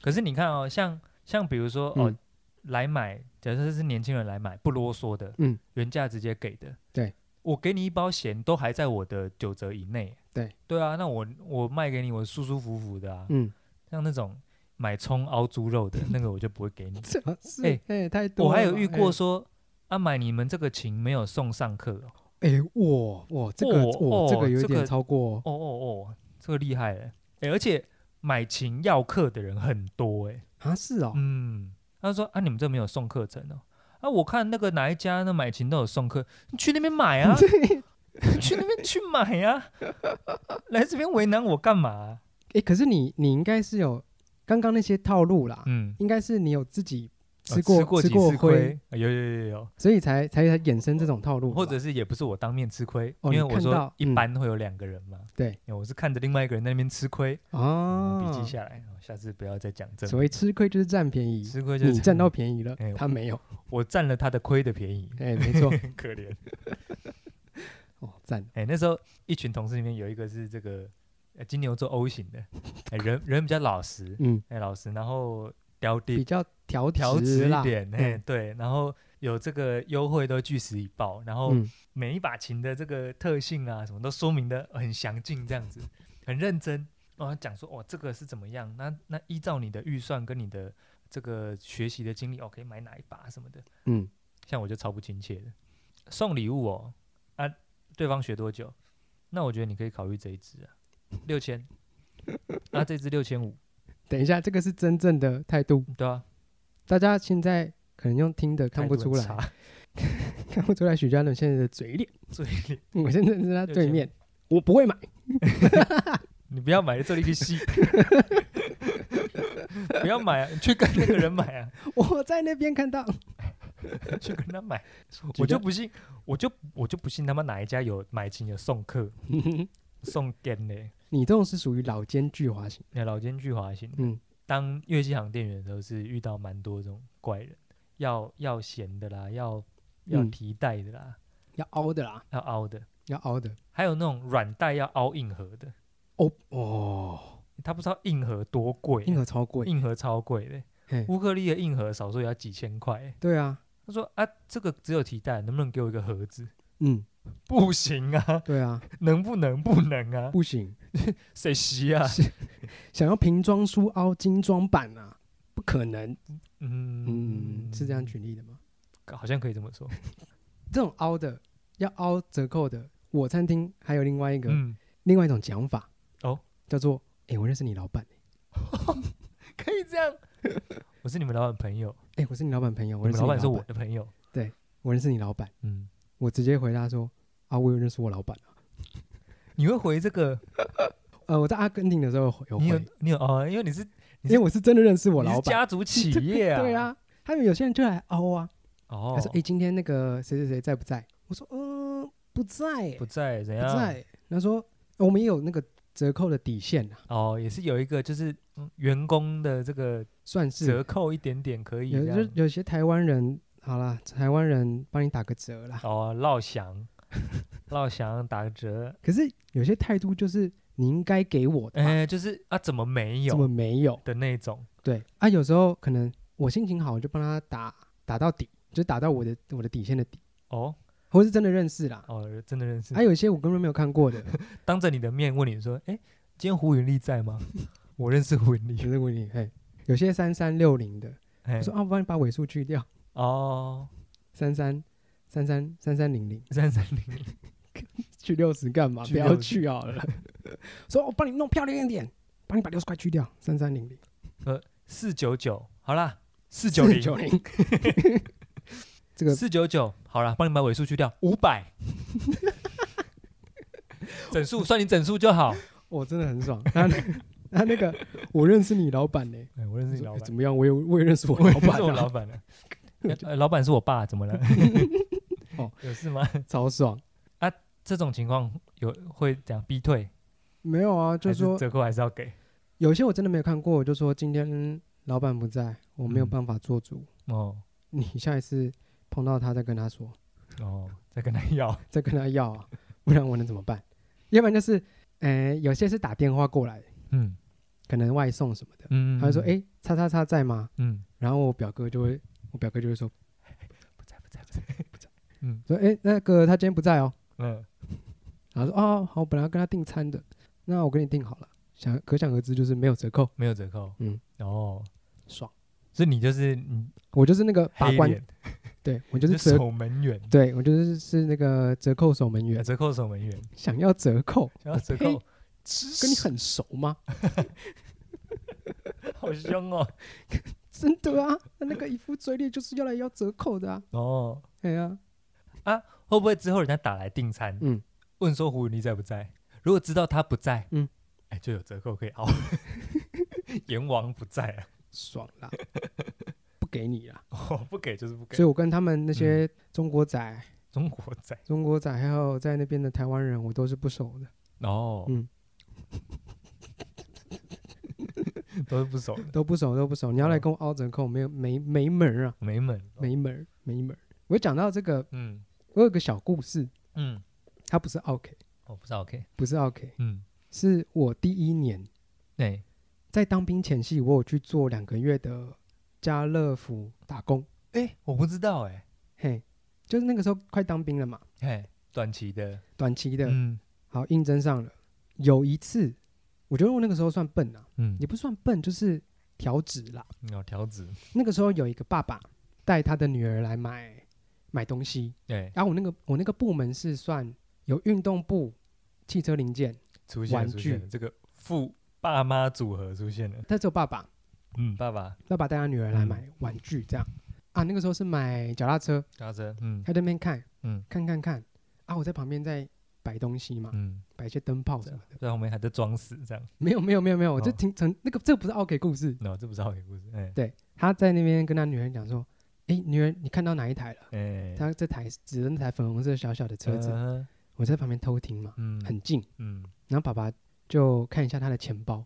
S1: 可是你看哦，像像比如说哦，
S2: 嗯
S1: 来买，假设是年轻人来买，不啰嗦的，
S2: 嗯，
S1: 原价直接给的，
S2: 对，
S1: 我给你一包咸都还在我的九折以内，
S2: 对，
S1: 对啊，那我我卖给你，我舒舒服服的啊，
S2: 嗯，
S1: 像那种买葱熬猪肉的那个我就不会给你，
S2: 这是
S1: 哎
S2: 哎太多
S1: 我
S2: 了吧，
S1: 还有遇过
S2: 哎
S1: 说，阿、买你们这个琴没有送上课哦，
S2: 哎，哇哇，这个
S1: 哇
S2: 哇这
S1: 哦
S2: 个有
S1: 这
S2: 点
S1: 个
S2: 超过哦，
S1: 哦哦哦，这个厉害了，哎、而且买琴要课的人很多哎、
S2: 啊，是哦，
S1: 嗯，他说啊，你们这没有送课程哦，啊，我看那个哪一家那买琴都有送课，你去那边买 啊，去那边去买呀、啊， 来这边为难我干嘛、啊
S2: 哎，可是你你应该是有刚刚那些套路啦，
S1: 嗯，
S2: 应该是你有自己
S1: 哦
S2: 吃过、
S1: 过
S2: 吃
S1: 几
S2: 过
S1: 次
S2: 亏，
S1: 啊有有有有
S2: 所以才才才衍生这种套路
S1: 有，
S2: 的吧，
S1: 或者是也不是我当面吃亏，
S2: 哦
S1: 因为
S2: 你
S1: 我
S2: 看
S1: 说
S2: 到
S1: 一
S2: 嗯
S1: 般会有两个人嘛，
S2: 对
S1: 哎，我是看着另外一个人在那边吃亏。
S2: 啊
S1: 嗯，笔记下来，哦下次不要再讲这
S2: 所谓吃亏就是占便宜，
S1: 吃亏就是
S2: 你占到便宜了
S1: 哎，
S2: 他没有，
S1: 我占了他的亏的便宜，
S2: 哎，没 错，
S1: 很可怜。
S2: 哦，占
S1: 哎，那时候一群同事里面有一个是这个呃金牛座 O 型的，哎，人人比较老实，
S2: 嗯，
S1: 哎，老实，然后刁
S2: 比
S1: 地
S2: 较调
S1: 调直
S2: 啦
S1: 一，点，哎，
S2: 嗯
S1: 对，然后有这个优惠都据实以报，然后
S2: 嗯
S1: 每一把琴的这个特性啊，什么都说明的很详尽，这样子很认真。然后讲说哦，这个是怎么样？那那依照你的预算跟你的这个学习的经历，哦，可以买哪一把什么的。
S2: 嗯，
S1: 像我就超不亲切的，送礼物哦，啊，对方学多久？那我觉得你可以考虑这一支啊，六千，那这支六千五，
S2: 等一下，这个是真正的态度，
S1: 对啊，
S2: 大家现在可能用听的看不出来，
S1: 来，
S2: 看不出来许家伦现在的嘴 脸，
S1: 最厉
S2: 我现在是他
S1: 六
S2: 对
S1: 千
S2: 面，我不会买，
S1: 你不要买这里个戏， 不要买啊，你去跟那个人买啊，
S2: 我在那边看到，
S1: 去跟他买，
S2: 觉
S1: 我就
S2: 得
S1: 不信，我就我就不信他妈哪一家有买琴有送客送 g 呢？
S2: 你这种是属于老奸巨猾型，
S1: 那老奸巨猾型，
S2: 嗯
S1: 当乐器行店员的时候，是遇到蛮多这种怪人，要要闲的啦，要要
S2: 嗯
S1: 提带的啦，
S2: 要凹的啦，
S1: 要凹的，
S2: 要凹的，
S1: 还有那种软带要凹硬盒的，
S2: 哦哦，
S1: 他不知道硬盒多贵，啊
S2: 硬核超贵，
S1: 硬盒超贵的
S2: 嘿，
S1: 乌克丽的硬盒少说也要几千块。欸
S2: 对啊，
S1: 他说啊，这个只有提带，能不能给我一个盒子？
S2: 嗯，
S1: 不行啊，
S2: 对啊，
S1: 能不能不能啊？
S2: 不行，
S1: 谁洗啊？
S2: 想要瓶装书凹精装版啊，不可能，
S1: 嗯
S2: 嗯，是这样举，例的吗？
S1: 好像可以这 么说。
S2: 这种凹的要凹折扣的，我餐厅还有另外一个、
S1: 嗯
S2: 另外一种讲法，
S1: 哦，
S2: 叫做“哎、我认识你老板、
S1: 可以这样。 我是你们老板朋友，
S2: 哎、我是你老板朋友，
S1: 你
S2: 我认
S1: 们
S2: 识你
S1: 老板是我
S2: 板，
S1: 的朋友。
S2: 我认识你老板。
S1: 嗯，”
S2: 我直接回答说：“啊，我有认识我老板啊。
S1: 你会回这个？
S2: 呃，我在阿根廷的时候有
S1: 你
S2: 回，
S1: 有你有哦，因为你是
S2: 因为我是真的认识我
S1: 你
S2: 老
S1: 是
S2: 板。
S1: 家族企业啊。
S2: 对，啊，他们有些人就来凹啊，
S1: 哦
S2: 他，说：“哎、今天那个谁谁谁在不在？”我说：“嗯、不在、欸，
S1: 不啊在怎
S2: 不
S1: 样？
S2: 在欸。”他说：“我们也有那个折扣的底线啊，
S1: 哦，也是有一个就是嗯员工的这个
S2: 算是
S1: 折扣一点点可以
S2: 有
S1: 这
S2: 就
S1: 样。
S2: 有些台湾人，好啦，台湾人帮你打个折啦。
S1: 哦，绕 翔，绕翔打个折。
S2: 可是有些态度就是你应该给我的嘛，
S1: 哎，就是啊，怎么没
S2: 怎么
S1: 有
S2: 没有？
S1: 的那种？
S2: 对啊，有时候可能我心情好，我就帮他打打到底，就打到我的我的底线的底，
S1: 哦
S2: 或是真的认识啦。
S1: 哦，真的认识
S2: 还、。有一些我根本没有看 过的，
S1: 当着你的面问你说：“哎，今天胡云丽在 吗？”我认识胡云丽。
S2: 有这个问题。嘿，有些三三六零的，
S1: 哎
S2: 我，说啊，我帮你把尾数去掉，
S1: 哦，
S2: 三三三三三三零零，
S1: 三三零，
S2: 去六十干嘛？
S1: 去
S2: 不要
S1: 60
S2: 去好了。 说哦我帮你弄漂亮一点，帮你把六十块去掉，三三零零。
S1: 四九九，好啦，四九
S2: 四
S1: 零，
S2: 九零，这个
S1: 四九九，好啦，帮你把尾数去掉，五 百，整数算你整数就好。
S2: 我真的很爽。他那他那个，我认识你老板呢、
S1: 哎，我认识你
S2: 我说
S1: 老
S2: 欸
S1: 板，
S2: 怎么样？我有我也认识 我
S1: 我
S2: 老
S1: 认
S2: 板、
S1: 识我老
S2: 啊，
S1: 板了。呃 呃老板是我爸，怎么了？
S2: 哦，
S1: 有事吗？
S2: 超爽。
S1: 这种情况有会怎样逼退？
S2: 没有啊，就
S1: 还
S2: 是说
S1: 折扣还是要给
S2: 有些我真的没有看过，我就说今天老板不在，我没有
S1: 嗯
S2: 办法做主。
S1: 哦
S2: 你下一次碰到他再跟他说，
S1: 哦，再跟他要。
S2: 再跟他要、啊，不然我能怎么办？要不然就是，呃，有些是打电话过来，
S1: 嗯
S2: 可能外送什么的，
S1: 嗯，
S2: 他就说，哎、叉叉叉在吗？
S1: 嗯，
S2: 然后我表哥就会，我表哥就会说，
S1: 不在不在不在，
S2: 说，哎、那个他今天不在哦。
S1: 嗯，
S2: 然后说哦，好，我本来要跟他订餐的，那我跟你订好了。想可想而知，就是没有折扣，
S1: 没有折扣。
S2: 嗯，
S1: 哦，
S2: 爽。
S1: 所以你就是你
S2: 我就是那个把
S1: 黑
S2: 关，
S1: 脸，
S2: 对我就
S1: 就是是
S2: 折，
S1: 守门员，呃
S2: 对我就是是那个折扣守门员，
S1: 折扣守门员，
S2: 想要折扣，
S1: 想要折
S2: 我
S1: 扣
S2: 呸，跟你很熟吗？
S1: 好凶哦。
S2: 真的啊，那那个一副嘴脸就是要来要折扣的啊，
S1: 哦，
S2: 对啊，
S1: 会不会之后人家打来订餐，
S2: 嗯，
S1: 问说胡云丽在不在？如果知道他不在，
S2: 嗯，
S1: 哎，就有折扣可以熬。 阎王不在啊 了，
S2: 爽啦，不给你啦。
S1: 我哦不给就是不
S2: 所
S1: 给
S2: 以。我跟他们那些
S1: 嗯
S2: 中国仔、
S1: 中国在
S2: 中国仔还有在那边的台湾人，我都是不熟的，
S1: 哦，
S2: 嗯
S1: 都是不熟的，
S2: 都不熟，都不熟。你
S1: 哦
S2: 要来跟我凹折扣，没有没没门儿啊，
S1: 没门，
S2: 没门儿，没门儿。我讲到这个，
S1: 嗯
S2: 我有个小故事，
S1: 嗯，
S2: 它不是 OK，
S1: 我不知道 OK，
S2: 不是 OK，
S1: 嗯，
S2: 是我第一年
S1: 哎，
S2: 在当兵前夕，我有去做两个月的家乐福打工，
S1: 哎，我不知道哎，
S2: 嘿，就是那个时候快当兵了嘛，
S1: 嘿，短期的，
S2: 短期的，
S1: 嗯
S2: 好应征上了。有一次，我觉得我那个时候算笨啊，
S1: 嗯
S2: 也，不算笨，就是调职啦。
S1: 有条子，
S2: 那个时候有一个爸爸带他的女儿来买买东西，
S1: 哎，
S2: 然后我那个我那个部门是算有运动部、汽车零件，
S1: 出现了
S2: 玩
S1: 出现了，这个父爸妈组合出现了，
S2: 但只有爸爸，
S1: 嗯，爸爸
S2: 爸爸带他女儿来买玩具，这样啊，那个时候是买脚踏车，
S1: 搭车，嗯嗯
S2: 他在那边看，
S1: 嗯
S2: 看看看啊，我在旁边在摆东西嘛，
S1: 嗯，
S2: 摆一些灯泡什么的。
S1: 在后面还在装死这样，
S2: 没有没有没有没有，我就
S1: 哦
S2: 听成那个这不是 OK 故事，
S1: 那这不是好故事，哎
S2: 对，他在那边跟他女儿讲说，诶，女儿你看到哪一台了？
S1: 哎，
S2: 他这台指的那台粉红色小小的车子，
S1: 嗯
S2: 我在旁边偷听嘛，
S1: 嗯，
S2: 很近，
S1: 嗯，
S2: 然后爸爸就看一下他的钱包，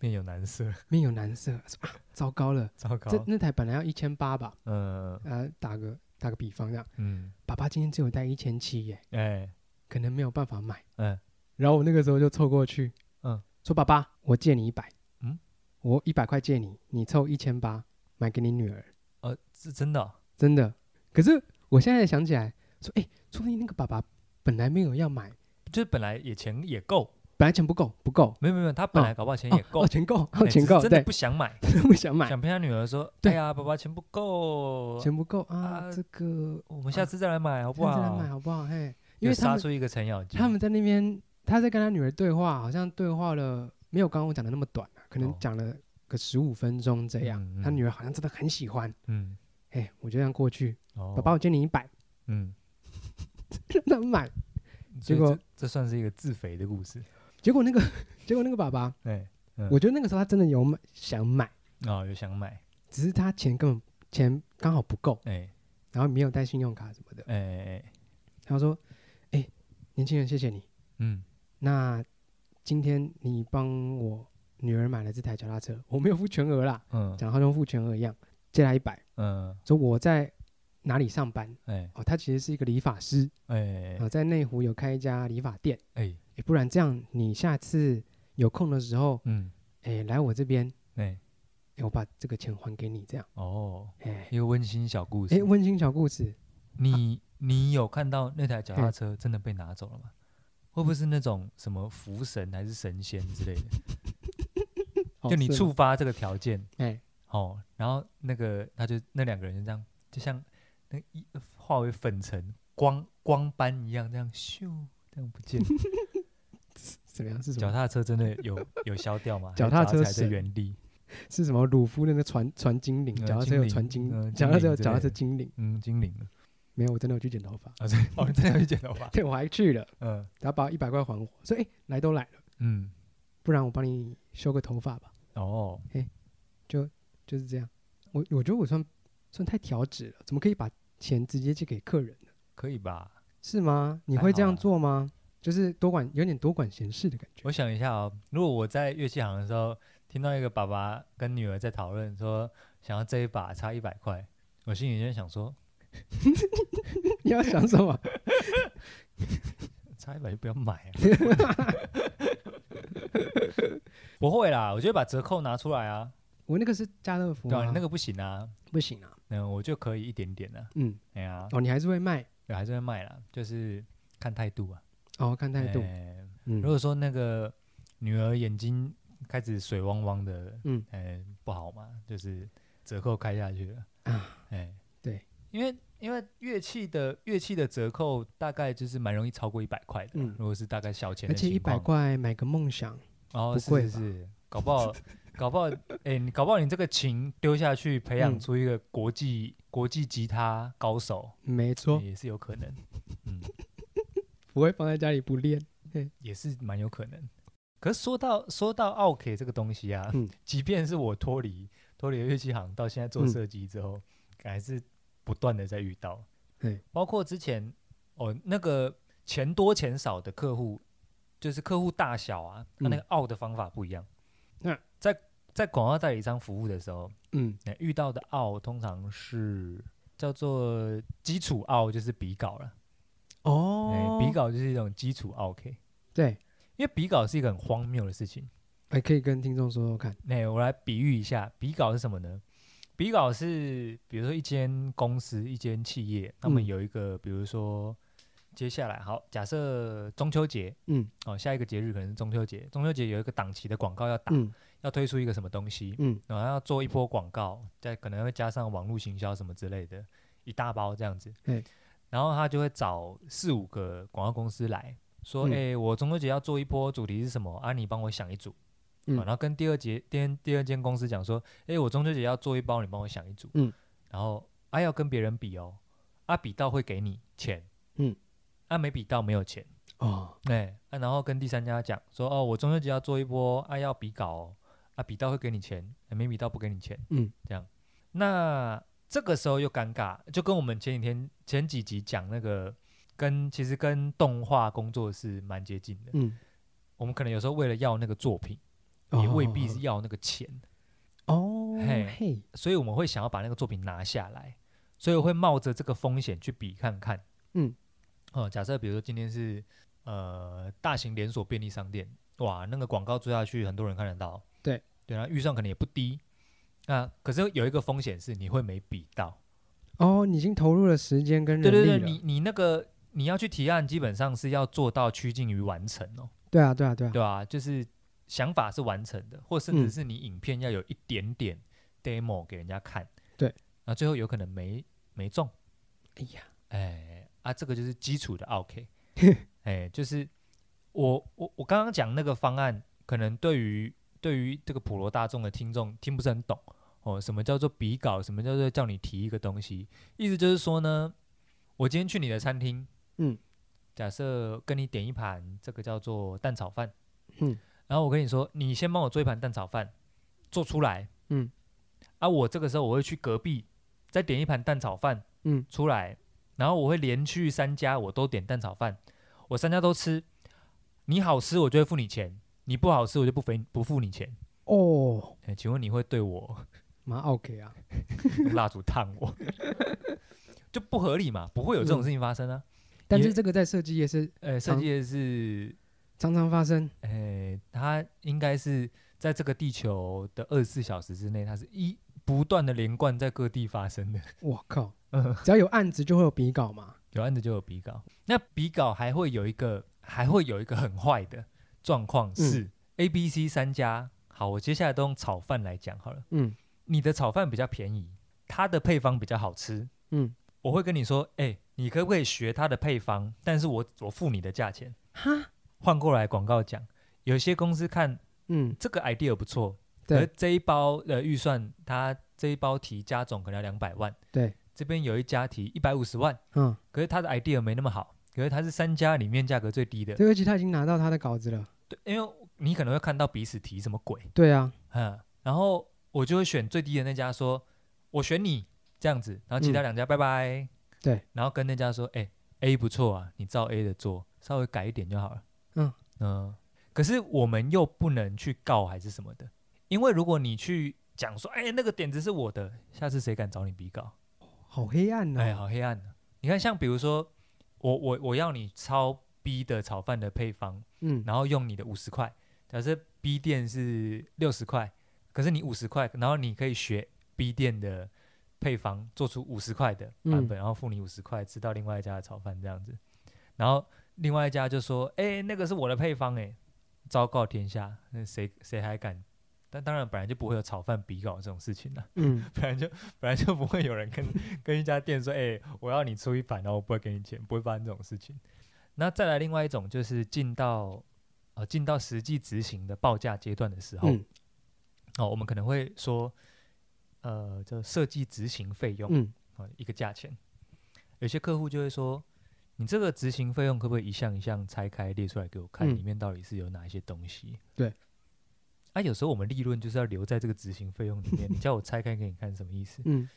S1: 面有难色，
S2: 面有难色，说啊，糟糕了，
S1: 糟糕，
S2: 这那台本来要一千八吧，
S1: 嗯
S2: 呃，打个打个比方这样，
S1: 嗯，
S2: 爸爸今天只有带一千七耶，
S1: 哎，
S2: 可能没有办法买。
S1: 嗯，
S2: 然后我那个时候就凑过去，
S1: 嗯，
S2: 说爸爸，我借你一百，
S1: 嗯，
S2: 我一百块借你，你凑一千八买给你女儿，
S1: 哦，是真的哦，
S2: 真的。可是我现在想起来，说哎，说不定那个爸爸本来没有要买，
S1: 就是本来也钱也够，
S2: 本来钱不够，不够，
S1: 没有没有没有，他本
S2: 哦
S1: 来搞不好钱
S2: 哦
S1: 也够
S2: 哦，，钱够，
S1: 哎
S2: 哦，钱
S1: 只
S2: 够，
S1: 是真的
S2: 对，
S1: 不想买，
S2: 不想买，
S1: 想陪他女儿说，
S2: 对
S1: 哎呀，爸爸钱不够，
S2: 钱不够啊，
S1: 啊
S2: 这个
S1: 我们下次再来买好不
S2: 嗯下次来
S1: 好
S2: 买？好不好？嘿，因
S1: 又
S2: 为他
S1: 杀
S2: 们
S1: 出一个程咬金，
S2: 他们在那边，他在跟他女儿对话，好像对话了没有刚刚我讲的那么短、啊、可能
S1: 哦
S2: 讲了个十五分钟这样。
S1: 嗯嗯
S2: 他女儿好像真的很喜欢，
S1: 嗯，
S2: 哎、我就这样过去，
S1: 哦，
S2: 爸爸，我借你一百，
S1: 嗯，
S2: 让他买。
S1: 所以
S2: 结果
S1: 这这算是一个自肥的故事，
S2: 结果那个结果那个爸爸，
S1: 哎，嗯
S2: 我觉得那个时候他真的有买想买，
S1: 哦，有想买，
S2: 只是他钱根本钱刚好不够，
S1: 哎
S2: 然后没有带信用卡什么的。
S1: 哎哎，哎
S2: 他说：“哎、年轻人，谢谢你。
S1: 嗯，
S2: 那今天你帮我女儿买了这台脚踏车，我没有付全额啦，
S1: 嗯
S2: 讲好像付全额一样，借她一百。
S1: 嗯，
S2: 说我在哪里上班
S1: 哎
S2: 哦，他其实是一个理发师
S1: 哎哎
S2: 啊、在内湖有开一家理发店。
S1: 哎，
S2: 哎，不然这样，你下次有空的时候，
S1: 嗯，
S2: 哎，来我这边，
S1: 哎
S2: 哎，我把这个钱还给你，这样。
S1: 哦，
S2: 哎
S1: 一个温馨小故
S2: 哎，
S1: 事。
S2: 温馨小故事，
S1: 你你有看到那台脚踏
S2: 嗯
S1: 车真的被拿走了吗？会不会是那种什么福神还是神仙之类的？
S2: 哦
S1: 就你
S2: 是吗
S1: 触发这个条件，
S2: 哎
S1: 哦，然后那个他就那两个人就这样，就像那一呃化为粉尘光光斑一样，这样咻，这样不 见了。
S2: 怎么样？是什
S1: 脚
S2: 么？
S1: 踏车真的有 有消掉吗？
S2: 脚
S1: 还是
S2: 踏
S1: 它
S2: 车
S1: 还在
S2: 神
S1: 原地，
S2: 是什么？鲁夫那个传传精灵，
S1: 呃
S2: 脚踏车
S1: 精
S2: 有
S1: 灵
S2: 传精
S1: 呃，
S2: 脚
S1: 精
S2: 踏车
S1: 灵
S2: 有
S1: 之
S2: 脚踏
S1: 类
S2: 车
S1: 的
S2: 精灵。
S1: 嗯，精灵了。
S2: 没有，我真的有去剪头发，
S1: 啊，这哦，你真的要去剪头发？
S2: 对我还去了，
S1: 嗯
S2: 然后把一百块还我，说哎，来都来了，
S1: 嗯，
S2: 不然我帮你修个头发吧，
S1: 哦，
S2: 就是这样。我我觉得我算算太调脂了，怎么可以把钱直接借给客人呢？
S1: 可以吧？
S2: 是吗？你
S1: 还
S2: 会
S1: 好
S2: 这样
S1: 啦
S2: 做吗？就是多管有点多管闲事的感觉。
S1: 我想一下哦，如果我在乐器行的时候听到一个爸爸跟女儿在讨论说想要这一把差一百块，我心里就想说
S2: 你要想什么？
S1: 差一百就不要买、啊。 不会啦，我觉得把折扣拿出来啊，
S2: 我那个是家乐福
S1: 对啊，
S2: 吗？
S1: 你那个不行啊，
S2: 不行啊。
S1: 嗯，我就可以一点点啊，
S2: 嗯，
S1: 哎呀、
S2: 哦，你还是会卖
S1: 对，还是会卖啦，就是看态度啊，
S2: 哦，看态度。
S1: 哎
S2: 嗯
S1: 如，果说那个女儿眼睛开始水汪汪的，
S2: 嗯
S1: 嗯，哎，不好嘛，就是折扣开下去了
S2: 啊，
S1: 哎，
S2: 对，
S1: 因为因为乐器的乐器的折扣大概就是蛮容易超过一百块的啦，
S2: 嗯
S1: 如果是大概小钱
S2: 而
S1: 的
S2: 且
S1: 情
S2: 一百
S1: 况，
S2: 块买个梦想，
S1: 哦，
S2: 不
S1: 是
S2: 贵
S1: 是是，搞不 好搞不好，哎，你搞不好你这个琴丢下去，培养
S2: 嗯
S1: 出一个国际国际吉他高手，
S2: 没错，
S1: 也是有可能，嗯。
S2: 不会放在家里不练。
S1: 也是蛮有可能。可是说到说到奥 K 这个东西啊，
S2: 嗯
S1: 即便是我脱离脱离了乐器行，到现在做
S2: 嗯
S1: 设计之后，还是不断的在遇到
S2: 对。
S1: 包括之前哦，那个钱多钱少的客户，就是客户大小啊，他那
S2: 嗯
S1: 个奥的方法不一样。
S2: 那
S1: 在在广告代理商服务的时候，
S2: 嗯，
S1: 呃遇到的奥通常是叫做基础奥，就是比稿了。
S2: 哦
S1: 哎，比稿就是一种基础奥 K。
S2: 对，
S1: 因为比稿是一个很荒谬的事情。
S2: 还可以跟听众说说看。
S1: 那、我来比喻一下，比稿是什么呢？比稿是比如说一间公司、一间企业，他们
S2: 嗯
S1: 有一个，比如说接下来好，假设中秋节
S2: 嗯
S1: 哦，下一个节日可能是中秋节，中秋节有一个档期的广告要打，
S2: 嗯
S1: 要推出一个什么东西，
S2: 嗯
S1: 然后要做一波广告，再可能会加上网络行销什么之类的，一大包这样子
S2: 对。
S1: 然后他就会找四五个广告公司来说：“哎、
S2: 嗯
S1: 我中秋节要做一波，主题是什么？啊，你帮我想一组。
S2: 嗯
S1: 啊然后跟第二节第二第二间公司讲说：“哎、我中秋节要做一包，你帮我想一组。”
S2: 嗯。
S1: 然后啊，要跟别人比哦，啊，比到会给你钱。
S2: 嗯。
S1: 啊，没比到没有钱。
S2: 哦，
S1: 哎、啊然后跟第三家讲说，哦，我中秋节要做一波，啊，要比稿、哦，啊，比到会给你钱，啊没比到不给你钱，
S2: 嗯，
S1: 这样。那这个时候又尴尬，就跟我们前几天前几集讲那个，跟其实跟动画工作室蛮接近的。
S2: 嗯，
S1: 我们可能有时候为了要那个作品，
S2: 哦
S1: 也未必是要那个钱，
S2: 哦
S1: 嘿
S2: 嘿，
S1: 所以我们会想要把那个作品拿下来，所以我会冒着这个风险去比看看。
S2: 嗯，
S1: 呃，假设比如说今天是呃大型连锁便利商店，哇，那个广告做下去，很多人看得到，
S2: 对
S1: 对，然后预算可能也不低。那、可是有一个风险是你会没比到，
S2: 哦，你已经投入了时间跟
S1: 对
S2: 人力
S1: 对
S2: 了。
S1: 对，你你那个你要去提案，基本上是要做到趋近于完成哦，
S2: 对啊对啊对啊
S1: 对吧、就是想法是完成的，或甚至
S2: 嗯
S1: 是你影片要有一点点 demo 给人家看，
S2: 对，
S1: 那最后有可能没没中，
S2: 哎呀，
S1: 哎啊，这个就是基础的 OK，哎，就是我我我刚刚讲那个方案，可能对于对于这个普罗大众的听众听不是很懂哦。什么叫做比稿？什么叫做叫你提一个东西？意思就是说呢，我今天去你的餐厅，
S2: 嗯，
S1: 假设跟你点一盘这个叫做蛋炒饭，
S2: 嗯，
S1: 然后我跟你说，你先帮我做一盘蛋炒饭，做出来，
S2: 嗯，
S1: 啊，我这个时候我会去隔壁再点一盘蛋炒饭，
S2: 嗯，
S1: 出来，然后我会连续三家我都点蛋炒饭，我三家都吃，你好吃我就会付你钱，你不好吃我就不付不付你钱。
S2: 哦，
S1: 哎请问你会对我
S2: 蛮 OK 啊，
S1: 用蜡烛烫我， 就不合理嘛？不会有
S2: 嗯
S1: 这种事情发生啊。
S2: 但
S1: 也
S2: 是这个在设计也是
S1: 呃，设计的是，
S2: 常常发生，
S1: 呃，它应该是在这个地球的二十四小时之内，它是一不断的连贯在各地发生的。
S2: 我靠，
S1: 嗯
S2: 只要有案子就会有比稿嘛，
S1: 有案子就有比稿。那比稿还会有一个，还会有一个很坏的状况是、A、B、C 三家。好，我接下来都用炒饭来讲好了。
S2: 嗯
S1: 你的炒饭比较便宜，它的配方比较好吃。
S2: 嗯，
S1: 我会跟你说，哎、你可不可以学它的配方？但是我我付你的价钱。
S2: 哈，
S1: 换过来广告讲，有些公司看
S2: 嗯，
S1: 这个 idea 不错，
S2: 对
S1: 而这一包呃预算，它这一包提加总可能要两百万，
S2: 对，
S1: 这边有一家提一百五十万。
S2: 嗯，
S1: 可是他的 idea 没那么好，可是他是三家里面价格最低的，
S2: 对，而且他已经拿到他的稿子了，
S1: 对，因为你可能会看到彼此提什么鬼，
S2: 对啊，
S1: 嗯，然后我就会选最低的那家说，我选你这样子，然后其他两家拜拜，
S2: 嗯对，
S1: 然后跟那家说，哎、a 不错啊，你照 A 的做，稍微改一点就好了，
S2: 嗯
S1: 嗯可是我们又不能去告还是什么的，因为如果你去讲说，哎、那个点子是我的，下次谁敢找你比稿？
S2: 好黑暗
S1: 哎，
S2: 哦，
S1: 好黑暗啊！你看，像比如说，我我我要你抄 B 的炒饭的配方，
S2: 嗯，
S1: 然后用你的五十块，假设 B 店是六十块，可是你五十块，然后你可以学 B 店的配方做出五十块的版本，然后付你五十块吃到另外一家的炒饭这样子，然后另外一家就说：“哎、那个是我的配方、哎，昭告天下，那谁谁还敢？”但当然，本来就不会有炒饭比稿这种事情了、啊
S2: 嗯，
S1: 本来就本来就不会有人跟跟一家店说，哎、我要你出一盘，然后我不会给你钱，不会发生这种事情。那再来另外一种就是进到呃进到实际执行的报价阶段的时候，
S2: 嗯
S1: 哦，我们可能会说，呃，叫设计执行费用啊、
S2: 嗯，
S1: 哦一个价钱。有些客户就会说，你这个执行费用可不可以一项一项拆开列出来给我看，
S2: 嗯
S1: 里面到底是有哪一些东西？
S2: 对。
S1: 啊，有时候我们利润就是要留在这个执行费用里面，你叫我拆开给你看，什么意思？
S2: 嗯，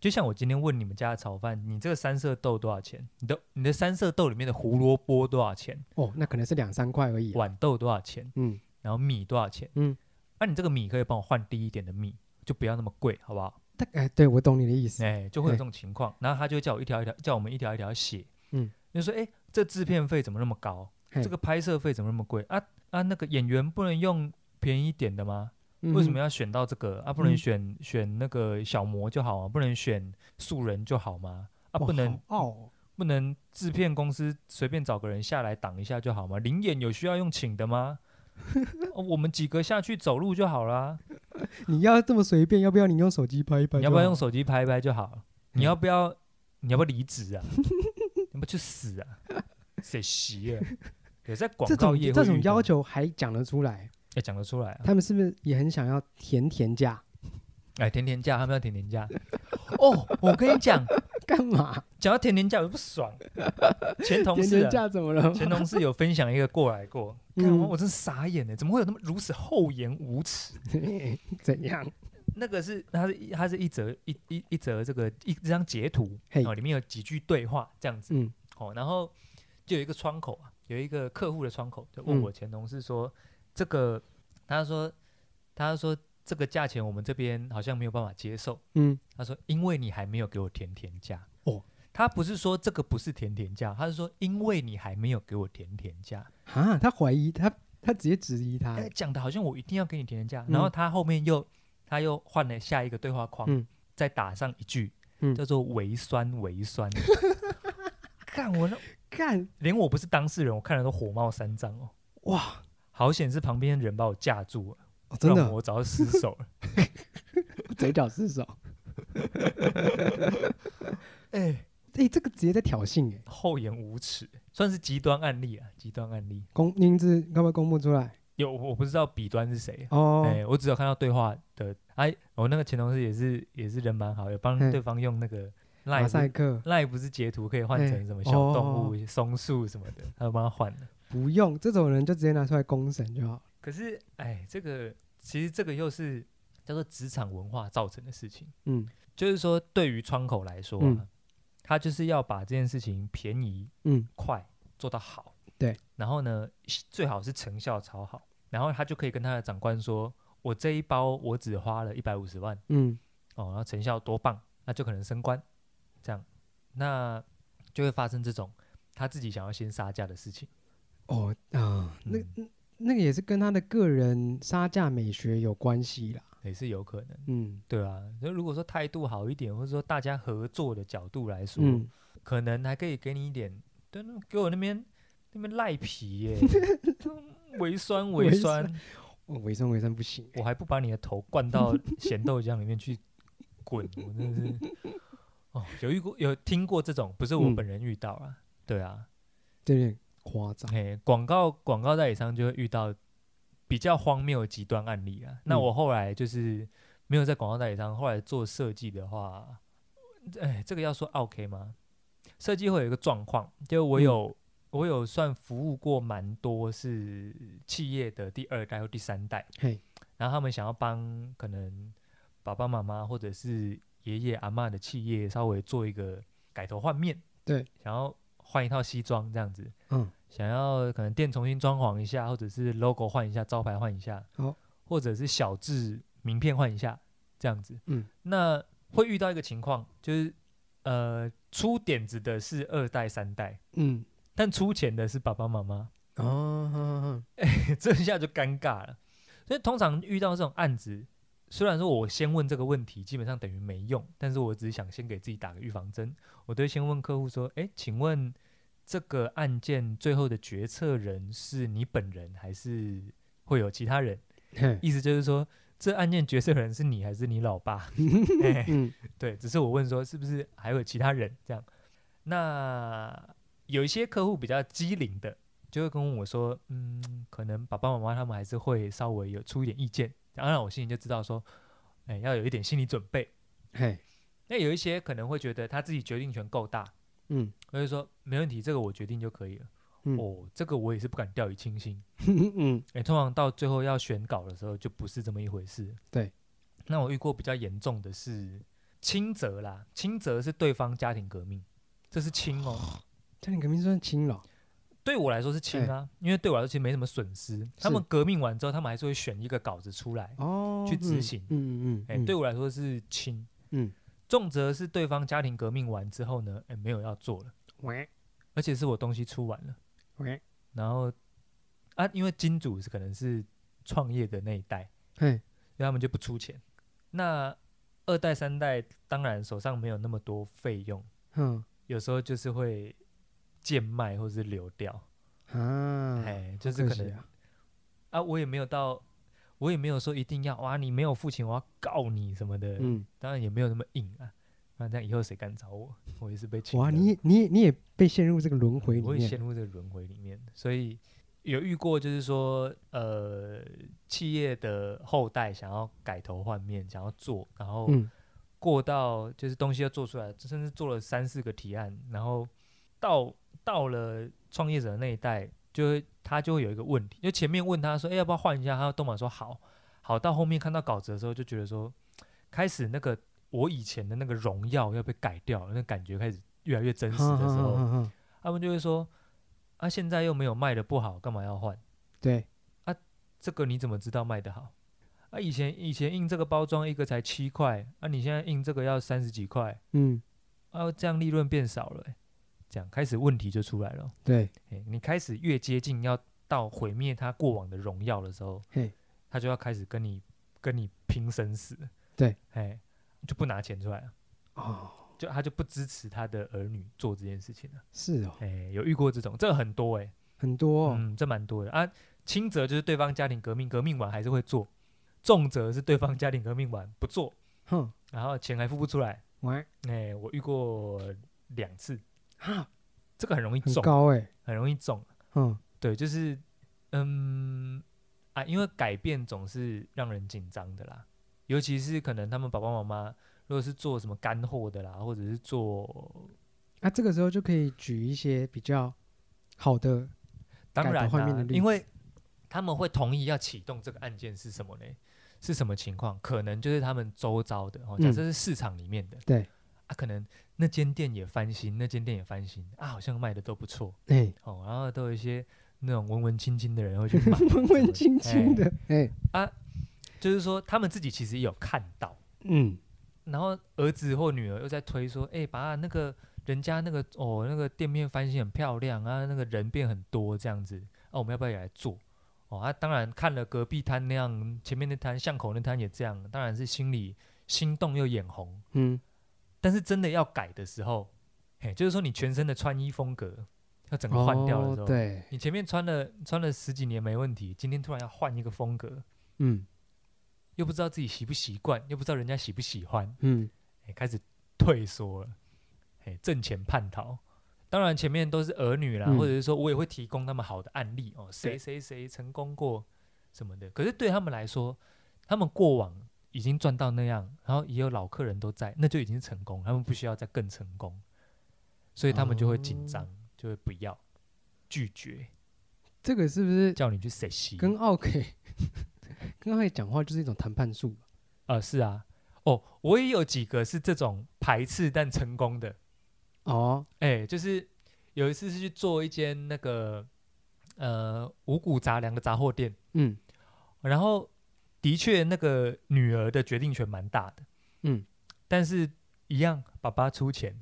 S1: 就像我今天问你们家的炒饭，你这个三色豆多少钱？你的你的三色豆里面的胡萝卜多少钱？
S2: 哦，那可能是两三块而已啊，
S1: 豌豆多少钱？
S2: 嗯
S1: 然后米多少钱？
S2: 嗯，
S1: 那、你这个米可以帮我换低一点的米，就不要那么贵，好不好？
S2: 大概哎对我懂你的意思，
S1: 哎，就会有这种情况。然后他就会叫我一条一条，叫我们一条一条写。
S2: 嗯，
S1: 就说哎，这制片费怎么那么高？
S2: 嘿
S1: 这个拍摄费怎么那么贵？啊啊，那个演员不能用便宜一点的吗？嗯为
S2: 为
S1: 什么？要选到这个啊？不能
S2: 嗯
S1: 选、选那个小模就好啊？不能选素人就好吗？啊，
S2: 哇
S1: 不能
S2: 好傲哦，
S1: 不能制片公司随便找个人下来挡一下就好吗？零演有需要用请的 吗？哦我们几个下去走路就好啦。
S2: 你要这么随便，要不要你用手机拍一拍
S1: 你
S2: 就好？
S1: 要不要用手机拍一拍就好？
S2: 嗯
S1: 你要不要？你要不要离职 啊？你要不要去死啊？谁洗啊？有在广
S2: 这
S1: 告
S2: 种
S1: 业
S2: 这
S1: 会
S2: 种
S1: 遇到
S2: 要求还讲得出来？
S1: 哎讲得出来啊？
S2: 他们是不是也很想要甜甜 价？
S1: 哎，甜甜价，他们要甜甜价。 哦，我跟你讲，
S2: 干嘛？
S1: 讲到甜甜价我就不爽。前同
S2: 甜
S1: 事
S2: 甜
S1: 啊，
S2: 价怎么 了？
S1: 前同事有分享一个过来过，
S2: 嗯
S1: 看我我真傻眼呢，怎么会有那么如此厚颜无耻？
S2: 怎样？
S1: 那个是它是一它是一则一一一则这个一这张截图，
S2: 嘿
S1: 哦，里面有几句对话这样子，
S2: 嗯
S1: 哦，然后就有一个窗口啊，有一个客户的窗口就问
S2: 嗯
S1: 我前同事说，这个他说他说这个价钱我们这边好像没有办法接受，
S2: 嗯，
S1: 他说因为你还没有给我甜甜价
S2: 哦。
S1: 他不是说这个不是甜甜价，他是说因为你还没有给我甜甜价，
S2: 啊，他怀疑他，他直接质疑他
S1: 哎，讲的好像我一定要给你甜甜价，
S2: 嗯
S1: 然后他后面又他又换了下一个对话框，
S2: 嗯
S1: 再打上一句、
S2: 嗯
S1: 叫做“微酸微 酸”，看我那
S2: 干
S1: 连我不是当事人，我看了都火冒三丈哦，
S2: 哇，
S1: 好险是旁边人把我架住了，不
S2: 哦真
S1: 然
S2: 的
S1: 我早就失手了。
S2: 嘴角失手。
S1: 哎，
S2: 哎，这个直接在挑衅哎，
S1: 厚颜无耻！算是极端案例啊，极端案例。
S2: 公名字该不会公布出来？
S1: 有我不知道彼端是谁、啊，
S2: 哦，
S1: 哎、我只有看到对话的。哎、我那个前同事也是也是人蛮好，有帮
S2: 嗯
S1: 对方用那个赖
S2: 马赛克
S1: 赖不是截图可以换
S2: 哎
S1: 成什么小动物、
S2: 哦
S1: 松树什么的，他就帮他换了。
S2: 不用，这种人就直接拿出来公审就好。
S1: 可是哎，这个其实这个又是叫做职场文化造成的事情，
S2: 嗯
S1: 就是说对于窗口来说啊，
S2: 嗯
S1: 他就是要把这件事情便宜
S2: 嗯，
S1: 快做到好，
S2: 对，
S1: 然后呢最好是成效超好，然后他就可以跟他的长官说，我这一包我只花了一百五十万。
S2: 嗯
S1: 哦，然后成效多棒，那就可能升官，这样，那就会发生这种他自己想要先杀价的事情。
S2: 哦啊，那那个也是跟他的个人杀价美学有关系啦。
S1: 也是有可能，
S2: 嗯
S1: 对啊。那如果说态度好一点，或者说大家合作的角度来说，
S2: 嗯，
S1: 可能还可以给你一点，对，那给我那边那边赖皮耶、微酸微
S2: 微
S1: 酸，
S2: 哦伪善伪善不行。
S1: 我还不把你的头灌到咸豆浆里面去滚，我真的是。哦，有遇过有听过这种，不是我
S2: 嗯
S1: 本人遇到啊，对啊，
S2: 这有点夸张。
S1: 嘿，广告广告代理商就会遇到比较荒谬的极端案例啊。那
S2: 嗯
S1: 我后来就是没有在广告代理商，后来做设计的话，哎，这个要说 OK 吗？设计会有一个状况，就我
S2: 嗯
S1: 有、我有算服务过蛮多是企业的第二代或第三代，
S2: 嘿，
S1: 然后他们想要帮可能爸爸妈妈或者是爷爷阿嬷的企业稍微做一个改头换面，
S2: 对，
S1: 想要换一套西装这样子，
S2: 嗯，
S1: 想要可能店重新装潢一下，或者是 logo 换一下，招牌换一下，
S2: 好
S1: 或者是小字名片换一下这样子，
S2: 嗯，
S1: 那会遇到一个情况，就是呃出点子的是二代三代，
S2: 嗯
S1: 但出钱的是爸爸妈妈，
S2: 啊
S1: 哦
S2: 啊啊，
S1: 这下就尴尬了。所以通常遇到这种案子，虽然说我先问这个问题，基本上等于没用，但是我只是想先给自己打个预防针。我都会先问客户说：“诶，请问这个案件最后的决策人是你本人，还是会有其他人？”
S2: 嘿，
S1: 意思就是说，这案件决策人是你还是你老 爸？哎
S2: 嗯
S1: 对，只是我问说是不是还有其他人这样。那有一些客户比较机灵的，就会跟我说，嗯，可能爸爸妈妈他们还是会稍微有出一点意见。当然，我心里就知道说，哎，要有一点心理准备。
S2: 嘿，
S1: 那有一些可能会觉得他自己决定权够大，
S2: 嗯
S1: 所以说没问题，这个我决定就可以了。
S2: 嗯
S1: 哦，这个我也是不敢掉以轻心。
S2: 嗯
S1: 哎，通常到最后要选稿的时候，就不是这么一回事。
S2: 对，
S1: 那我遇过比较严重的是轻则啦，轻则是对方家庭革命，这是轻哦。
S2: 家庭革命算轻了。
S1: 对我来说是轻啊，因为对我来说其实没什么损失。他们革命完之后，他们还是会选一个稿子出来，
S2: 哦，
S1: 去执
S2: 嗯
S1: 行
S2: 嗯嗯
S1: 哎、
S2: 嗯，
S1: 对我来说是轻。
S2: 嗯，
S1: 重则是对方家庭革命完之后呢，哎，没有要做了，
S2: 喂
S1: 而且是我东西出完了，
S2: 喂，
S1: 然后啊，因为金主是可能是创业的那一代，
S2: 嘿，
S1: 所以他们就不出钱。那二代、三代当然手上没有那么多费用，
S2: 嗯
S1: 有时候就是会贱卖或是流掉，
S2: 啊，
S1: 哎、
S2: 好
S1: 就是可
S2: 惜
S1: 能
S2: 啊，
S1: 啊，我也没有到，我也没有说一定要哇，你没有付钱我要告你什么的，
S2: 嗯，
S1: 当然也没有那么硬啊。那这样以后谁敢找我，我也是被请
S2: 哇，
S1: 的
S2: 你也你也你也被陷入这个轮回里
S1: 我会陷
S2: 面，
S1: 入这个轮回里面，所以有遇过，就是说，呃，企业的后代想要改头换面，想要做，然后
S2: 嗯
S1: 过到就是东西要做出来，甚至做了三四个提案，然后到到了创业者那一代，就会他就会有一个问题，就前面问他说，哎、要不要换一下？他都马说好，好到后面看到稿子的时候，就觉得说，开始那个我以前的那个荣耀要被改掉了，那感觉开始越来越真实
S2: 哈
S1: 的时
S2: 哈
S1: 候，
S2: 哈哈
S1: 他们就会说，啊，现在又没有卖的不好，干嘛要换？
S2: 对，
S1: 这个你怎么知道卖的好？啊，以前以前印这个包装一个才七块，啊，你现在印这个要三十几块，
S2: 嗯
S1: 啊，这样利润变少了欸、这样开始问题就出来了。
S2: 对，
S1: 哎，你开始越接近要到毁灭他过往的荣耀的时候
S2: 嘿，
S1: 他就要开始跟你跟你拼生死。
S2: 对，
S1: 哎，就不拿钱出来了，
S2: 哦，
S1: 就他就不支持他的儿女做这件事情了。
S2: 是哦，
S1: 哎，有遇过这种，这很多哎、
S2: 很多哦，
S1: 嗯，这蛮多的啊。轻则就是对方家庭革命，革命完还是会做；重则是对方家庭革命完不做，
S2: 哼，
S1: 然后钱还付不出来。
S2: 喂
S1: 哎，我遇过两次，
S2: 哈，
S1: 这个很容易
S2: 很
S1: 中，
S2: 高哎，
S1: 很容易中。
S2: 嗯，
S1: 对，就是嗯啊，因为改变总是让人紧张的啦，尤其是可能他们爸爸妈妈如果是做什么干货的啦，或者是做
S2: 那啊这个时候就可以举一些比较好的，
S1: 当
S2: 改头
S1: 然
S2: 换
S1: 啦、
S2: 面的例
S1: 因为他们会同意要启动这个案件是什么呢？是什么情况？可能就是他们周遭的哦，假
S2: 嗯
S1: 设是市场里面的，
S2: 对
S1: 啊，可能那间店也翻新，那间店也翻新啊，好像卖的都不错
S2: 哎，
S1: 哦，然后都有一些那种文文青青的人会去买，
S2: 文文青青
S1: 哎
S2: 的，哎，
S1: 就是说他们自己其实也有看到，
S2: 嗯，
S1: 然后儿子或女儿又在推说，哎、把那个人家那个哦那个店面翻新很漂亮啊，那个人变很多这样子，啊，我们要不要也来做？哦，啊，当然看了隔壁摊那样，前面那摊巷口那摊也这样，当然是心里心动又眼红。
S2: 嗯，
S1: 但是真的要改的时候，嘿，就是说你全身的穿衣风格要整个换掉的
S2: 哦
S1: 时候，
S2: 对，
S1: 你前面穿了穿了十几年没问题，今天突然要换一个风格，
S2: 嗯
S1: 又不知道自己习不习惯，又不知道人家喜不喜欢，
S2: 嗯，
S1: 哎，开始退缩了，哎，挣钱叛逃。当然前面都是儿女啦，
S2: 嗯
S1: 或者是说我也会提供他们好的案例哦，谁
S2: 对
S1: 谁谁成功过什么的。可是对他们来说，他们过往已经赚到那样，然后也有老客人都在，那就已经成功，他们不需要再更成功，所以他们就会紧张，
S2: 哦
S1: 就会不要拒绝，
S2: 这个是不是
S1: 叫你去谁西。
S2: 跟奥 K 跟奥 K 讲话就是一种谈判术吧？
S1: 呃，是啊，哦，我也有几个是这种排斥但成功的，
S2: 哦，
S1: 哎、就是有一次是去做一间那个呃五谷杂粮的杂货店，
S2: 嗯
S1: 然后的确那个女儿的决定权蛮大的，
S2: 嗯，
S1: 但是一样爸爸出钱，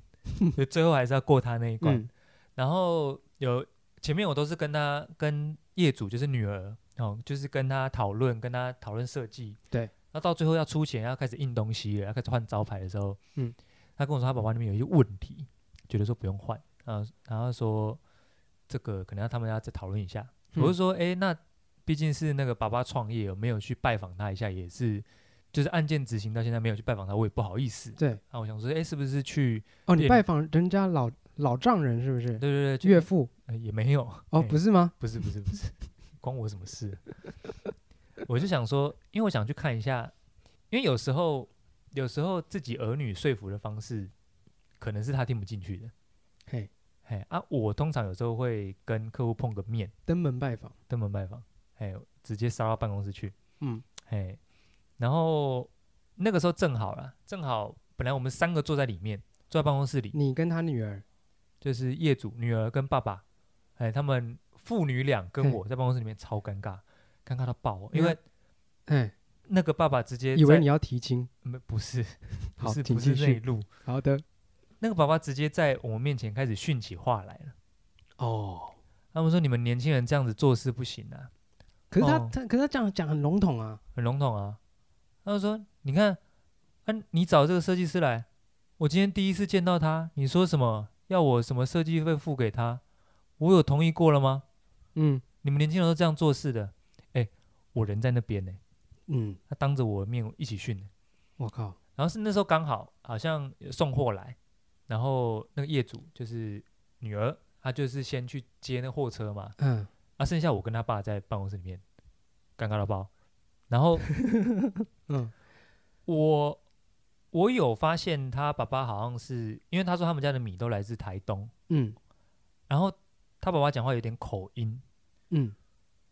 S1: 所以最后还是要过他那一关。
S2: 嗯
S1: 然后有前面我都是跟他跟业主就是女儿哦，就是跟他讨论，跟他讨论设计。
S2: 对。
S1: 那到最后要出钱，要开始印东西了，要开始换招牌的时候，
S2: 嗯，
S1: 他跟我说他爸爸那边有一些问题，觉得说不用换，啊，然后说这个可能要他们要再讨论一下。
S2: 嗯
S1: 我就说，诶，那毕竟是那个爸爸创业，有没有去拜访他一下，也是就是案件执行到现在没有去拜访他，我也不好意思。
S2: 对，
S1: 啊，我想说，诶，是不是去？
S2: 哦，你
S1: 对
S2: 拜访人家老老丈人是不是
S1: 对？对对，去
S2: 岳父
S1: 呃也没有。哎
S2: 哦，不是吗？
S1: 不是不是不是， 关我什么事？我就想说，因为我想去看一下，因为有时候有时候自己儿女说服的方式，可能是他听不进去的。
S2: 嘿，
S1: 哎啊，我通常有时候会跟客户碰个面，
S2: 登门拜访，
S1: 登门拜访，哎，直接杀到办公室去，
S2: 嗯
S1: 哎，然后那个时候正好啦，正好本来我们三个坐在里面，坐在办公室里，
S2: 你跟他女儿，
S1: 就是业主女儿跟爸爸，哎，他们父女俩跟
S2: 嗯
S1: 我在办公室里面超尴尬，尴尬到爆哦，
S2: 嗯
S1: 因为
S2: 哎，
S1: 那个爸爸直接
S2: 以为
S1: 在
S2: 你要提亲，
S1: 没不 是不
S2: 好，
S1: 是
S2: 请
S1: 不
S2: 继
S1: 是那一
S2: 续。
S1: 路，
S2: 好的，
S1: 那个爸爸直接在我们面前开始训起话来了。
S2: 哦，
S1: 他们说你们年轻人这样子做事不行啊，
S2: 可是他
S1: 哦
S2: 他可是他这样讲很笼统啊，
S1: 很笼统啊。他就说你看，啊，你找这个设计师来，我今天第一次见到他，你说什么要我什么设计费付给他，我有同意过了吗？
S2: 嗯
S1: 你们年轻人都这样做事的，哎，我人在那边呢、
S2: 嗯，
S1: 他当着我的面一起训的。
S2: 我靠，
S1: 然后是那时候刚好好像送货来，然后那个业主就是女儿，她就是先去接那货车嘛，
S2: 嗯，
S1: 啊，剩下我跟他爸在办公室里面尴尬到爆。然后
S2: 嗯，
S1: 我我有发现他爸爸好像是因为他说他们家的米都来自台东，
S2: 嗯
S1: 然后他爸爸讲话有点口音，
S2: 嗯，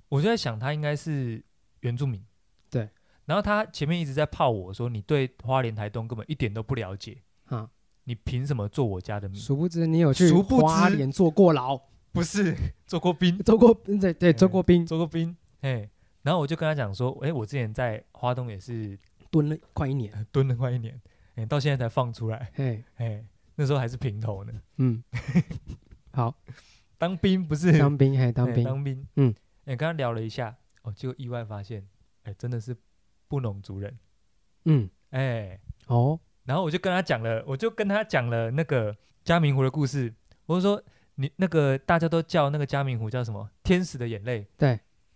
S1: 我就在想他应该是原住民。
S2: 对。
S1: 然后他前面一直在泡我说你对花莲台东根本一点都不了解，
S2: 啊，
S1: 你凭什么做我家的 米？
S2: 殊不知你有去
S1: 嗯殊不知
S2: 花莲做过牢，
S1: 不是做过兵，
S2: 做过对
S1: 哎
S2: 对做过兵，
S1: 做过兵，哎，然后我就跟他讲说，哎，我之前在花东也是
S2: 蹲了快一年，
S1: 蹲了快一年，哎，到现在才放出来，
S2: 嘿，
S1: 哎，那时候还是平头呢，
S2: 嗯， 好，
S1: 当兵不是
S2: 当兵嘿，当
S1: 哎
S2: 兵，
S1: 当兵，
S2: 嗯，
S1: 哎，跟他聊了一下，哦，结果意外发现，哎，真的是布农族人，
S2: 嗯，
S1: 哎，
S2: 哦，
S1: 然后我就跟他讲了，我就跟他讲了那个嘉明湖的故事，我就说你那个大家都叫那个嘉明湖叫什么？天使的眼泪，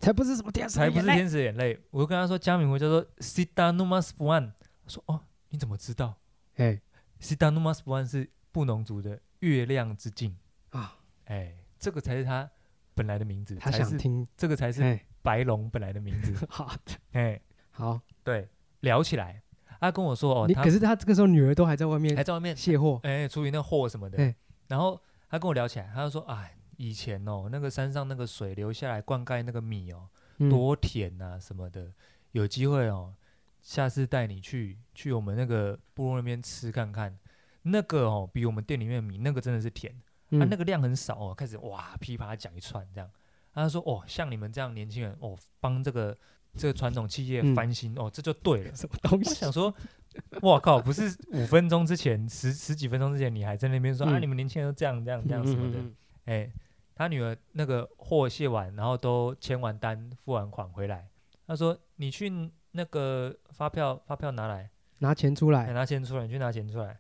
S2: 才不是什么天使的
S1: 才
S2: 眼
S1: 不
S2: 泪，
S1: 是天使的眼泪。我就跟他说，加冕湖叫做 Sita Numas Puan。我说哦，你怎么知道
S2: 哎
S1: Sita Numas Puan 是布农族的月亮之镜？
S2: 啊，
S1: 哎，这个才是他本来的名字，
S2: 他
S1: 才
S2: 想
S1: 是
S2: 听，
S1: 这个才是
S2: 哎，
S1: 白龙本来的名字。
S2: 好的，
S1: 哎，
S2: 好，
S1: 对，聊起来，他跟我说哦，
S2: 你
S1: 他
S2: 可是他这个时候女儿都还在外面
S1: 还在外面
S2: 卸货，
S1: 哎，处理那货什么的
S2: 哎。
S1: 然后他跟我聊起来，他就说：“哎，以前哦，那个山上那个水流下来灌溉那个米哦，
S2: 嗯
S1: 多甜呐、什么的。有机会哦，下次带你去去我们那个部落那边吃看看。那个哦，比我们店里面的米那个真的是甜，啊，那
S2: 个
S1: 个量很少哦。开始哇，噼啪讲一串这样。他说：哦，像你们这样年轻人哦，帮这个这个传统企业
S2: 嗯
S1: 翻新、哦，这就对了。”
S2: 什么东
S1: 我
S2: 西
S1: 想？说，哇靠，不是五分钟之前，十十几分钟之前，你还在那边说、啊，
S2: 嗯
S1: 你们年轻人都这样这样这样什么的
S2: 嗯。嗯嗯
S1: 哎、他女儿那个货卸完，然后都签完单、付完款回来，他说你去那个发票，发票拿来，
S2: 拿钱出
S1: 哎
S2: 来，
S1: 拿钱出来，你去拿钱出来，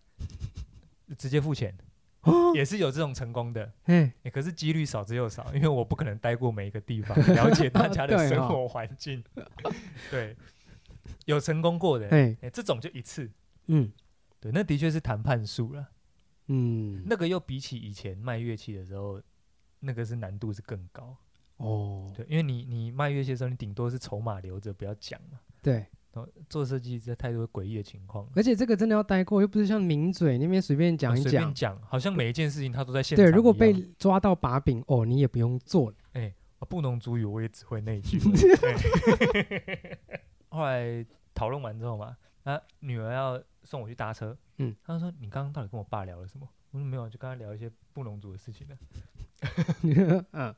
S1: 直接付钱，
S2: 哦
S1: 也是有这种成功的。
S2: 哎，
S1: 哎可是几率少之又少，因为我不可能待过每一个地方，了解大家的
S2: 对
S1: 生
S2: 哦
S1: 活环境。 对，有成功过的，哎、
S2: 哎，
S1: 这种就一次，
S2: 嗯
S1: 对，那的确是谈判术了。
S2: 嗯，
S1: 那个又比起以前卖乐器的时候，那个是难度是更高。
S2: 哦，
S1: 对，因为你你卖乐器的时候，你顶多是筹码留着，不要讲嘛。
S2: 对，
S1: 然后做设计，这太多诡异的情况了。
S2: 而且这个真的要待过，又不是像名嘴那边随便讲一
S1: 啊随便
S2: 讲。
S1: 讲，好像每一件事情他都在现场一
S2: 对，
S1: 样。
S2: 如果被抓到把柄，哦，你也不用做了。
S1: 啊布农族语，我也只会那一句而已。对后来讨论完之后嘛，那女儿要送我去搭车，
S2: 嗯，
S1: 她说：“你刚刚到底跟我爸聊了什么？”我说：“没有啊，就跟他聊一些布农族的事情呢、
S2: 嗯，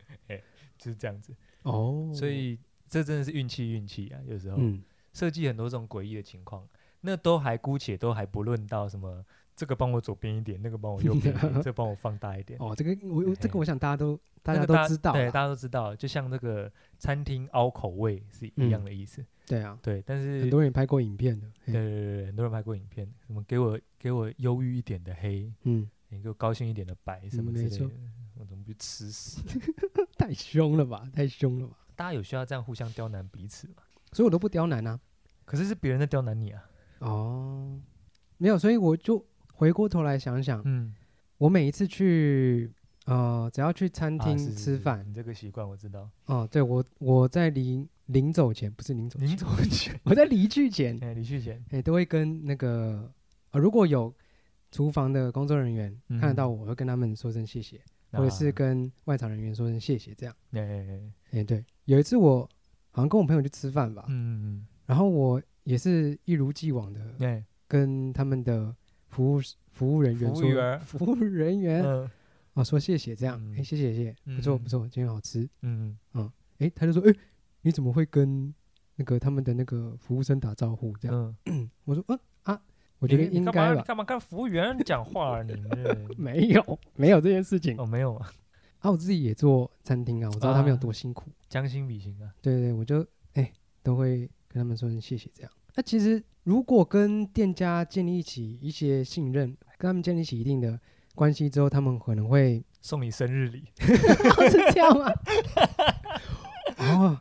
S1: 就是这样子。”
S2: 哦，
S1: 所，以这真的是运气运气啊，有时候
S2: 嗯，
S1: 设计很多这种诡异的情况，那都还姑且都还不论到什么这个帮我左边一点，那个帮我右边一 点，这个帮我放大一点，
S2: 哦，这个我我这个
S1: 嘿
S2: 我想大家都大
S1: 那
S2: 家
S1: 个
S2: 都知道
S1: 对，
S2: 啦，
S1: 大家都知道，就像这个餐厅凹口味是一样的意思，
S2: 对啊，
S1: 对，但是
S2: 很多人也拍过影片的。
S1: 对
S2: 嘿
S1: 对对对，很多人拍过影片，什么给我给我忧郁一点的黑，
S2: 嗯，
S1: 你给我高兴一点的白，什么
S2: 嗯
S1: 之类
S2: 没错
S1: 的，我怎么去吃屎？
S2: 太凶了吧，太凶了吧，
S1: 大家有需要这样互相刁难彼此吗？
S2: 所以我都不刁难啊。
S1: 可是是别人在刁难你啊，
S2: 哦，没有，所以我就回过头来想想，
S1: 嗯，
S2: 我每一次去呃，只要去餐
S1: 啊
S2: 厅
S1: 是是
S2: 吃
S1: 是
S2: 饭，
S1: 你这个习惯我知道。
S2: 哦，对我我在临临走前，不是临走前，
S1: 临走前，
S2: 我在离去前，
S1: 哎，李旭贤，
S2: 哎、都会跟那个呃，如果有厨房的工作人员看得
S1: 嗯
S2: 到我，我会跟他们说声谢谢，或者是
S1: 啊，
S2: 跟外场人员说声谢谢，这样。
S1: 哎哎哎
S2: 哎、对，有一次我好像跟我朋友去吃饭吧，
S1: 嗯嗯
S2: 然后我也是一如既往的
S1: 嗯，哎，
S2: 跟他们的服务服务人员
S1: 服务
S2: 说
S1: 员儿
S2: 服务人员
S1: 嗯
S2: 哦说谢谢这样，哎、
S1: 嗯
S2: 谢谢谢谢，不错
S1: 嗯
S2: 不错，今天好吃。
S1: 嗯，
S2: 哎、他就说，哎、你怎么会跟那个他们的那个服务生打招呼这样？
S1: 嗯，
S2: 我说，嗯啊，我
S1: 我
S2: 觉得应该吧。
S1: 干嘛跟服务员讲话啊？你们这
S2: 没有，没有这件事情
S1: 哦，没有啊，
S2: 啊！我自己也做餐厅啊，我知道他们有
S1: 啊
S2: 多辛苦。
S1: 将心比心啊，
S2: 对对，我就哎、都会跟他们说声谢谢这样。那其实如果跟店家建立起一些信任，跟他们建立起一定的关系之后，他们可 能会
S1: 送你生日礼，
S2: 是这样吗？哦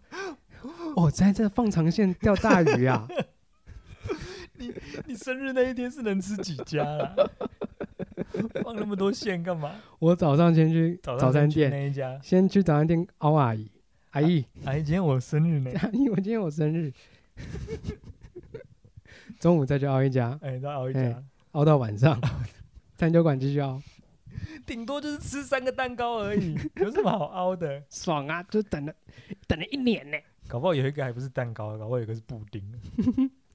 S2: 哦，在这放长线钓大鱼啊！
S1: 你生日那一天是能吃几家啦？ 放那么多线干嘛？
S2: 我早上先去
S1: 早
S2: 早餐
S1: 上去
S2: 店，
S1: 那一家，
S2: 先去早餐店熬阿姨，阿姨，
S1: 哎，今天我生日呢，
S2: 阿姨，我今天我生日， 中午再去熬一家，
S1: 哎，再熬一家
S2: 哎，熬到晚 上，餐酒馆继续熬，
S1: 顶多就是吃三个蛋糕而已，有什么好凹的？
S2: 爽啊！就等了等了一年呢、
S1: 搞不好有一个还不是蛋糕，搞不好有一个是布丁。啊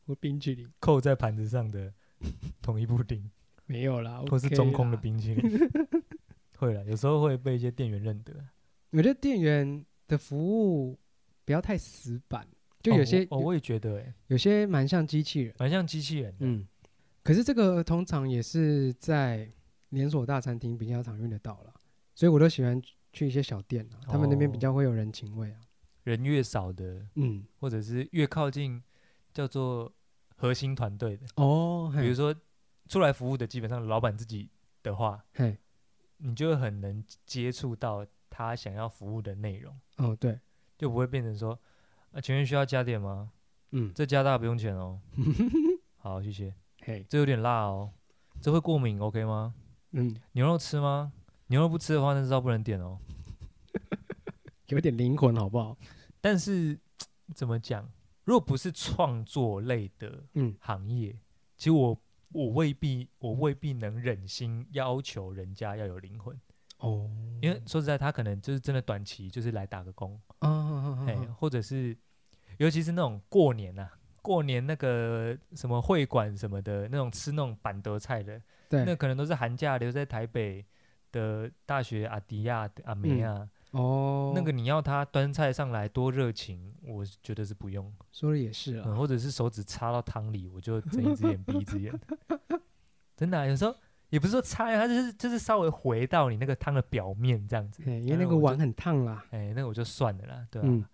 S2: 我冰淇淋
S1: 扣在盘子上的统一布 丁，
S2: 没有啦，
S1: 或是
S2: OK
S1: 中空的
S2: 啦。
S1: 冰淇 淋， 会了，有时候会被一些店员认得。
S2: 我觉得店员的服务不要太死板，就
S1: 哦
S2: 有
S1: 我
S2: 些、
S1: 哦，我也觉得，哎，
S2: 有些蛮像机器人，
S1: 蛮像机器人的。
S2: 嗯。可是这个通常也是在连锁大餐厅比较常用得到了，所以我都喜欢去一些小店啊，他们那边比
S1: 哦
S2: 较会有人情味啊。
S1: 人越少的，
S2: 嗯，
S1: 或者是越靠近叫做核心团队的，
S2: 哦，
S1: 比
S2: 嘿
S1: 如说出来服务的，基本上老板自己的话，
S2: 嘿，
S1: 你就会很能接触到他想要服务的内容，
S2: 哦，对，
S1: 就不会变成说，啊，请问需要加点吗？
S2: 嗯，
S1: 这加大不用钱 哦。好，谢谢。
S2: 嘿，
S1: 这有点辣哦，这会过敏，OK 吗？
S2: 嗯，
S1: 牛肉吃吗？牛肉不吃的话，那知道不能点哦。
S2: 有点灵魂好不好？
S1: 但是怎么讲，如果不是创作类的
S2: 嗯
S1: 行业，其实我我未必我未必能忍心要求人家要有灵魂，
S2: 哦，
S1: 因为说实在，他可能就是真的短期就是来打个工，
S2: 啊啊啊
S1: 哎、或者是尤其是那种过年呐、啊，过年那个什么会馆什么的那种吃那种板德菜的，
S2: 对，
S1: 那可能都是寒假留在台北的大学阿迪亚、阿梅
S2: 嗯
S1: 啊，
S2: 哦，
S1: 那个你要他端菜上来多热情，我是觉得是不用，
S2: 说的也是
S1: 嗯
S2: 啊，
S1: 或者是手指插到汤里，我就睁一只眼闭一只眼， 真的啊、有时候。也不是说插，它就是就是稍微回到你那个汤的表面这样子，
S2: 嘿因为
S1: 哎
S2: 那个
S1: 我就
S2: 碗很烫啦，
S1: 哎、那个我就算了啦，对啊吧、
S2: 嗯，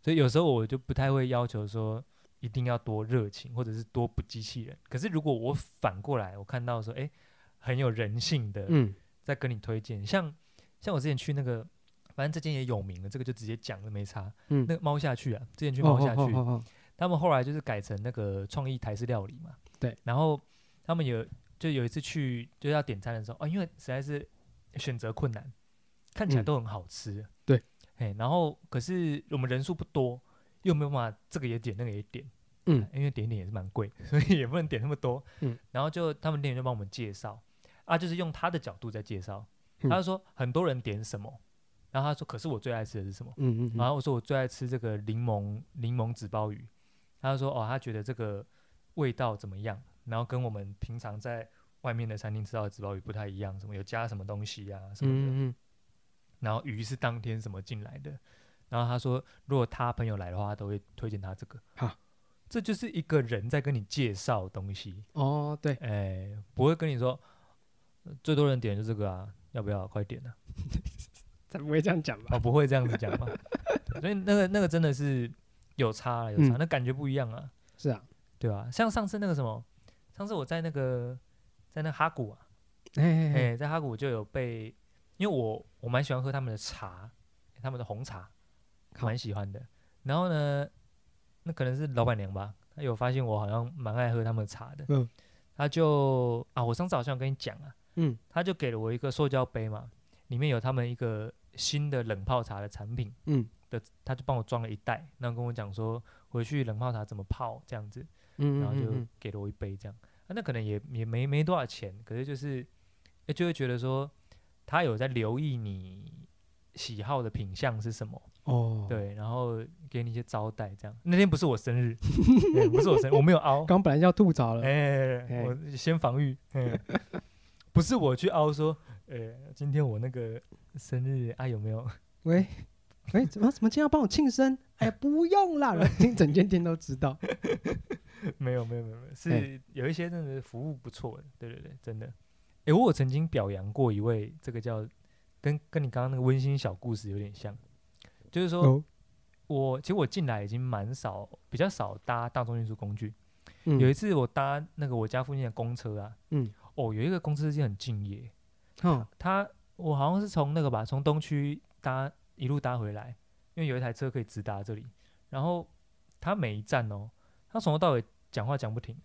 S1: 所以有时候我就不太会要求说一定要多热情，或者是多不机器人。可是如果我反过来，我看到说，哎、很有人性的，
S2: 嗯
S1: 在跟你推荐，像像我之前去那个，反正这间也有名了，这个就直接讲了没差。
S2: 嗯，
S1: 那个猫下去啊，之前去
S2: 哦
S1: 猫下去，
S2: 哦哦哦哦
S1: 他们后来就是改成那个创意台式料理嘛。
S2: 对，
S1: 然后他们有就有一次去就要点餐的时候，啊，因为实在是选择困难，看起来
S2: 嗯
S1: 都很好吃。
S2: 对，
S1: 哎，然后可是我们人数不多，又没有办法这个也点那个也点，
S2: 嗯
S1: 因为点一点也是蛮贵， 所以也不能点那么多。
S2: 嗯，
S1: 然后就他们店员就帮我们介绍，啊，就是用他的角度在介绍，
S2: 嗯
S1: 他就说很多人点什么，然后他说可是我最爱吃的是什么。
S2: 嗯嗯嗯，
S1: 然后我说我最爱吃这个柠檬柠檬纸包鱼，他就说哦，他觉得这个味道怎么样，然后跟我们平常在外面的餐厅吃到的纸包鱼不太一样，什么有加什么东西啊什么的，
S2: 嗯嗯
S1: 然后鱼是当天什么进来的，然后他说如果他朋友来的话，他都会推荐他这个。
S2: 哈
S1: 这就是一个人在跟你介绍东西，
S2: 嗯，哦对，
S1: 哎，不会跟你说呃最多人点就这个啊，要不要快点啊？
S2: 才不会这样讲吧？
S1: 哦，不会这样子讲嘛。对所以那个那个真的是有差了，有差，
S2: 嗯
S1: 那感觉不一样啊，
S2: 是啊，
S1: 对吧、像上次那个什么，上次我在那个在那哈古啊，
S2: 哎哎
S1: 哎、
S2: 哎，
S1: 在哈古就有被，因为我我蛮喜欢喝他们的茶，他们的红茶，
S2: 好
S1: 蛮喜欢的。然后呢，那可能是老板娘吧，她有发现我好像蛮爱喝他们的茶的，
S2: 嗯
S1: 她就啊，我上次好像跟你讲啊，
S2: 嗯，
S1: 她就给了我一个塑胶杯嘛，里面有他们一个新的冷泡茶的产品。
S2: 嗯
S1: 的，他就帮我装了一袋，然后跟我讲说回去冷泡茶怎么泡这样子，
S2: 嗯，
S1: 然后
S2: 嗯
S1: 就
S2: 嗯
S1: 给了我一杯这样。啊、那可能也也没没多少钱，可是就是、诶就会觉得说他有在留意你喜好的品相是什么，
S2: 哦，，
S1: 对，然后给你一些招待这样。那天不是我生日，对不是 我生日，我没有凹，
S2: 刚本来要吐槽
S1: 哎、
S2: 了，哎
S1: 我先防御，哎 不是我去凹说，呃、今天我那个生日啊有没有？
S2: 喂，哎，怎么怎么今天要帮我庆生？哎 呀，不用啦，听整间店都知道，
S1: 没有没有没有没有，是
S2: 哎
S1: 有一些真的服务不错的，对对对，真的。诶，我有曾经表扬过一位，这个叫跟跟你刚刚那个温馨小故事有点像，就是说、
S2: 哦，
S1: 我其实我进来已经蛮少，比较少搭大众运输工具。
S2: 嗯
S1: 有一次我搭那个我家附近的公车啊，
S2: 嗯，
S1: 哦，有一个公车司机很敬业，
S2: 哦，
S1: 他我好像是从那个吧，从东区搭一路搭回来，因为有一台车可以直达这里。然后他每一站哦，他从头到尾讲话讲不停，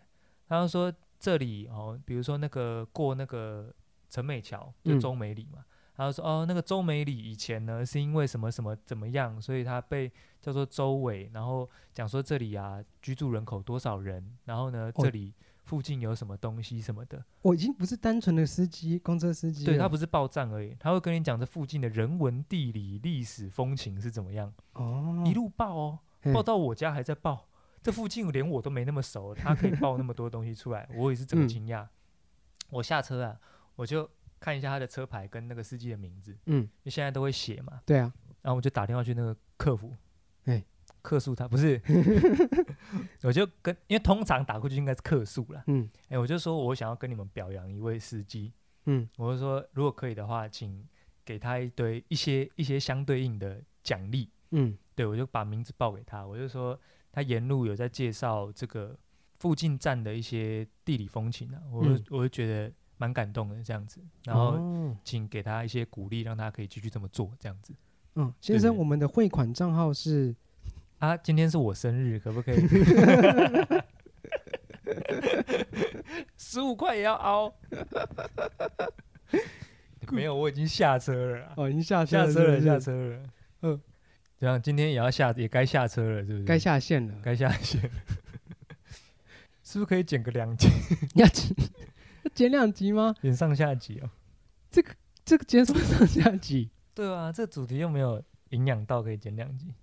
S1: 他就说这里哦，比如说那个过那个陈美桥，就
S2: 嗯
S1: 中美里嘛。他就说哦，那个周美里以前呢是因为什么什么怎么样，所以他被叫做周伟，然后讲说这里啊居住人口多少人，然后呢、
S2: 哦
S1: 这里附近有什么东西什么的，
S2: 我已经不是单纯的司机，公车司机了，
S1: 对他不是报站而已，他会跟你讲这附近的人文、地理、历史、风情是怎么样，
S2: 哦，
S1: 一路报哦，
S2: 嘿
S1: 报到我家还在报。这附近连我都没那么熟，他可以报那么多东西出来，我也是整个
S2: 嗯
S1: 惊讶。我下车啊，我就看一下他的车牌跟那个司机的名字，
S2: 嗯，
S1: 就现在都会写嘛，
S2: 对啊，
S1: 然后我就打电话去那个客服，
S2: 哎
S1: 客诉他不是， 我就跟因为通常打过去应该是客诉啦，
S2: 嗯
S1: 哎、我就说我想要跟你们表扬一位司机，
S2: 嗯，
S1: 我就说，如果可以的话，请给他一堆一些一些相对应的奖励。
S2: 嗯
S1: 对我就把名字报给他，我就说他沿路有在介绍这个附近站的一些地理风情啊，我就、
S2: 嗯
S1: 我就觉得蛮感动的这样子，然后
S2: 哦
S1: 请给他一些鼓励，让他可以继续这么做这样子。
S2: 嗯，先
S1: 对
S2: 生，
S1: 对
S2: 我们的汇款账号是
S1: 啊，今天是我生日，可不可以？ 十五块也要凹？没有，我已经下车了啊，
S2: 哦，已经下车
S1: 下
S2: 了，
S1: 车了，
S2: 是不是
S1: 下，车了。嗯，这样今天也要下，也该下车了，是不是？
S2: 该下线了。
S1: 该下线了。 是不是可以剪个两集，
S2: 要剪要剪两集吗？
S1: 剪上下集哦？
S2: 这个剪什么上下集？
S1: 对啊，这主题又没有营养到可以剪两集，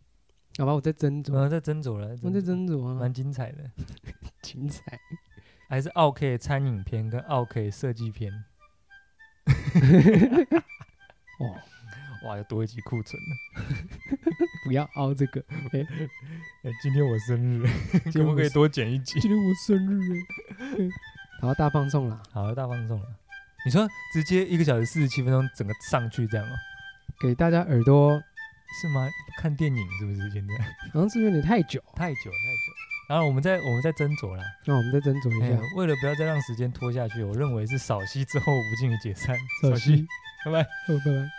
S2: 好吧，我再斟
S1: 怎
S2: 酌，
S1: 么在啊斟酌了？
S2: 我再斟酌啊
S1: 蛮，精彩的。
S2: 精彩。
S1: 还是奥 K 餐饮篇跟奥 K 设计篇，
S2: 哦，
S1: 哇，又多一集库存了。
S2: 不要凹这 个，
S1: 哎，今天我生 日，可
S2: 天
S1: 不
S2: 我
S1: 可以
S2: 生
S1: 多剪一集？
S2: 今天我生日哎，嗯 好大放送啦，
S1: 好，大放送了。你说直接一个小时四十七分钟整个上去这样哦？
S2: 给大家耳朵，
S1: 是吗？看电影是不是现在
S2: 好像是不是有点太久？
S1: 太久太久？然后我们再我们再斟酌啦。
S2: 那我们再斟酌一
S1: 哎
S2: 下
S1: 呀。为了不要再让时间拖下去，我认为是扫息之后不进于解散。
S2: 小
S1: 息
S2: 溪，，
S1: 拜拜。
S2: 哦拜拜。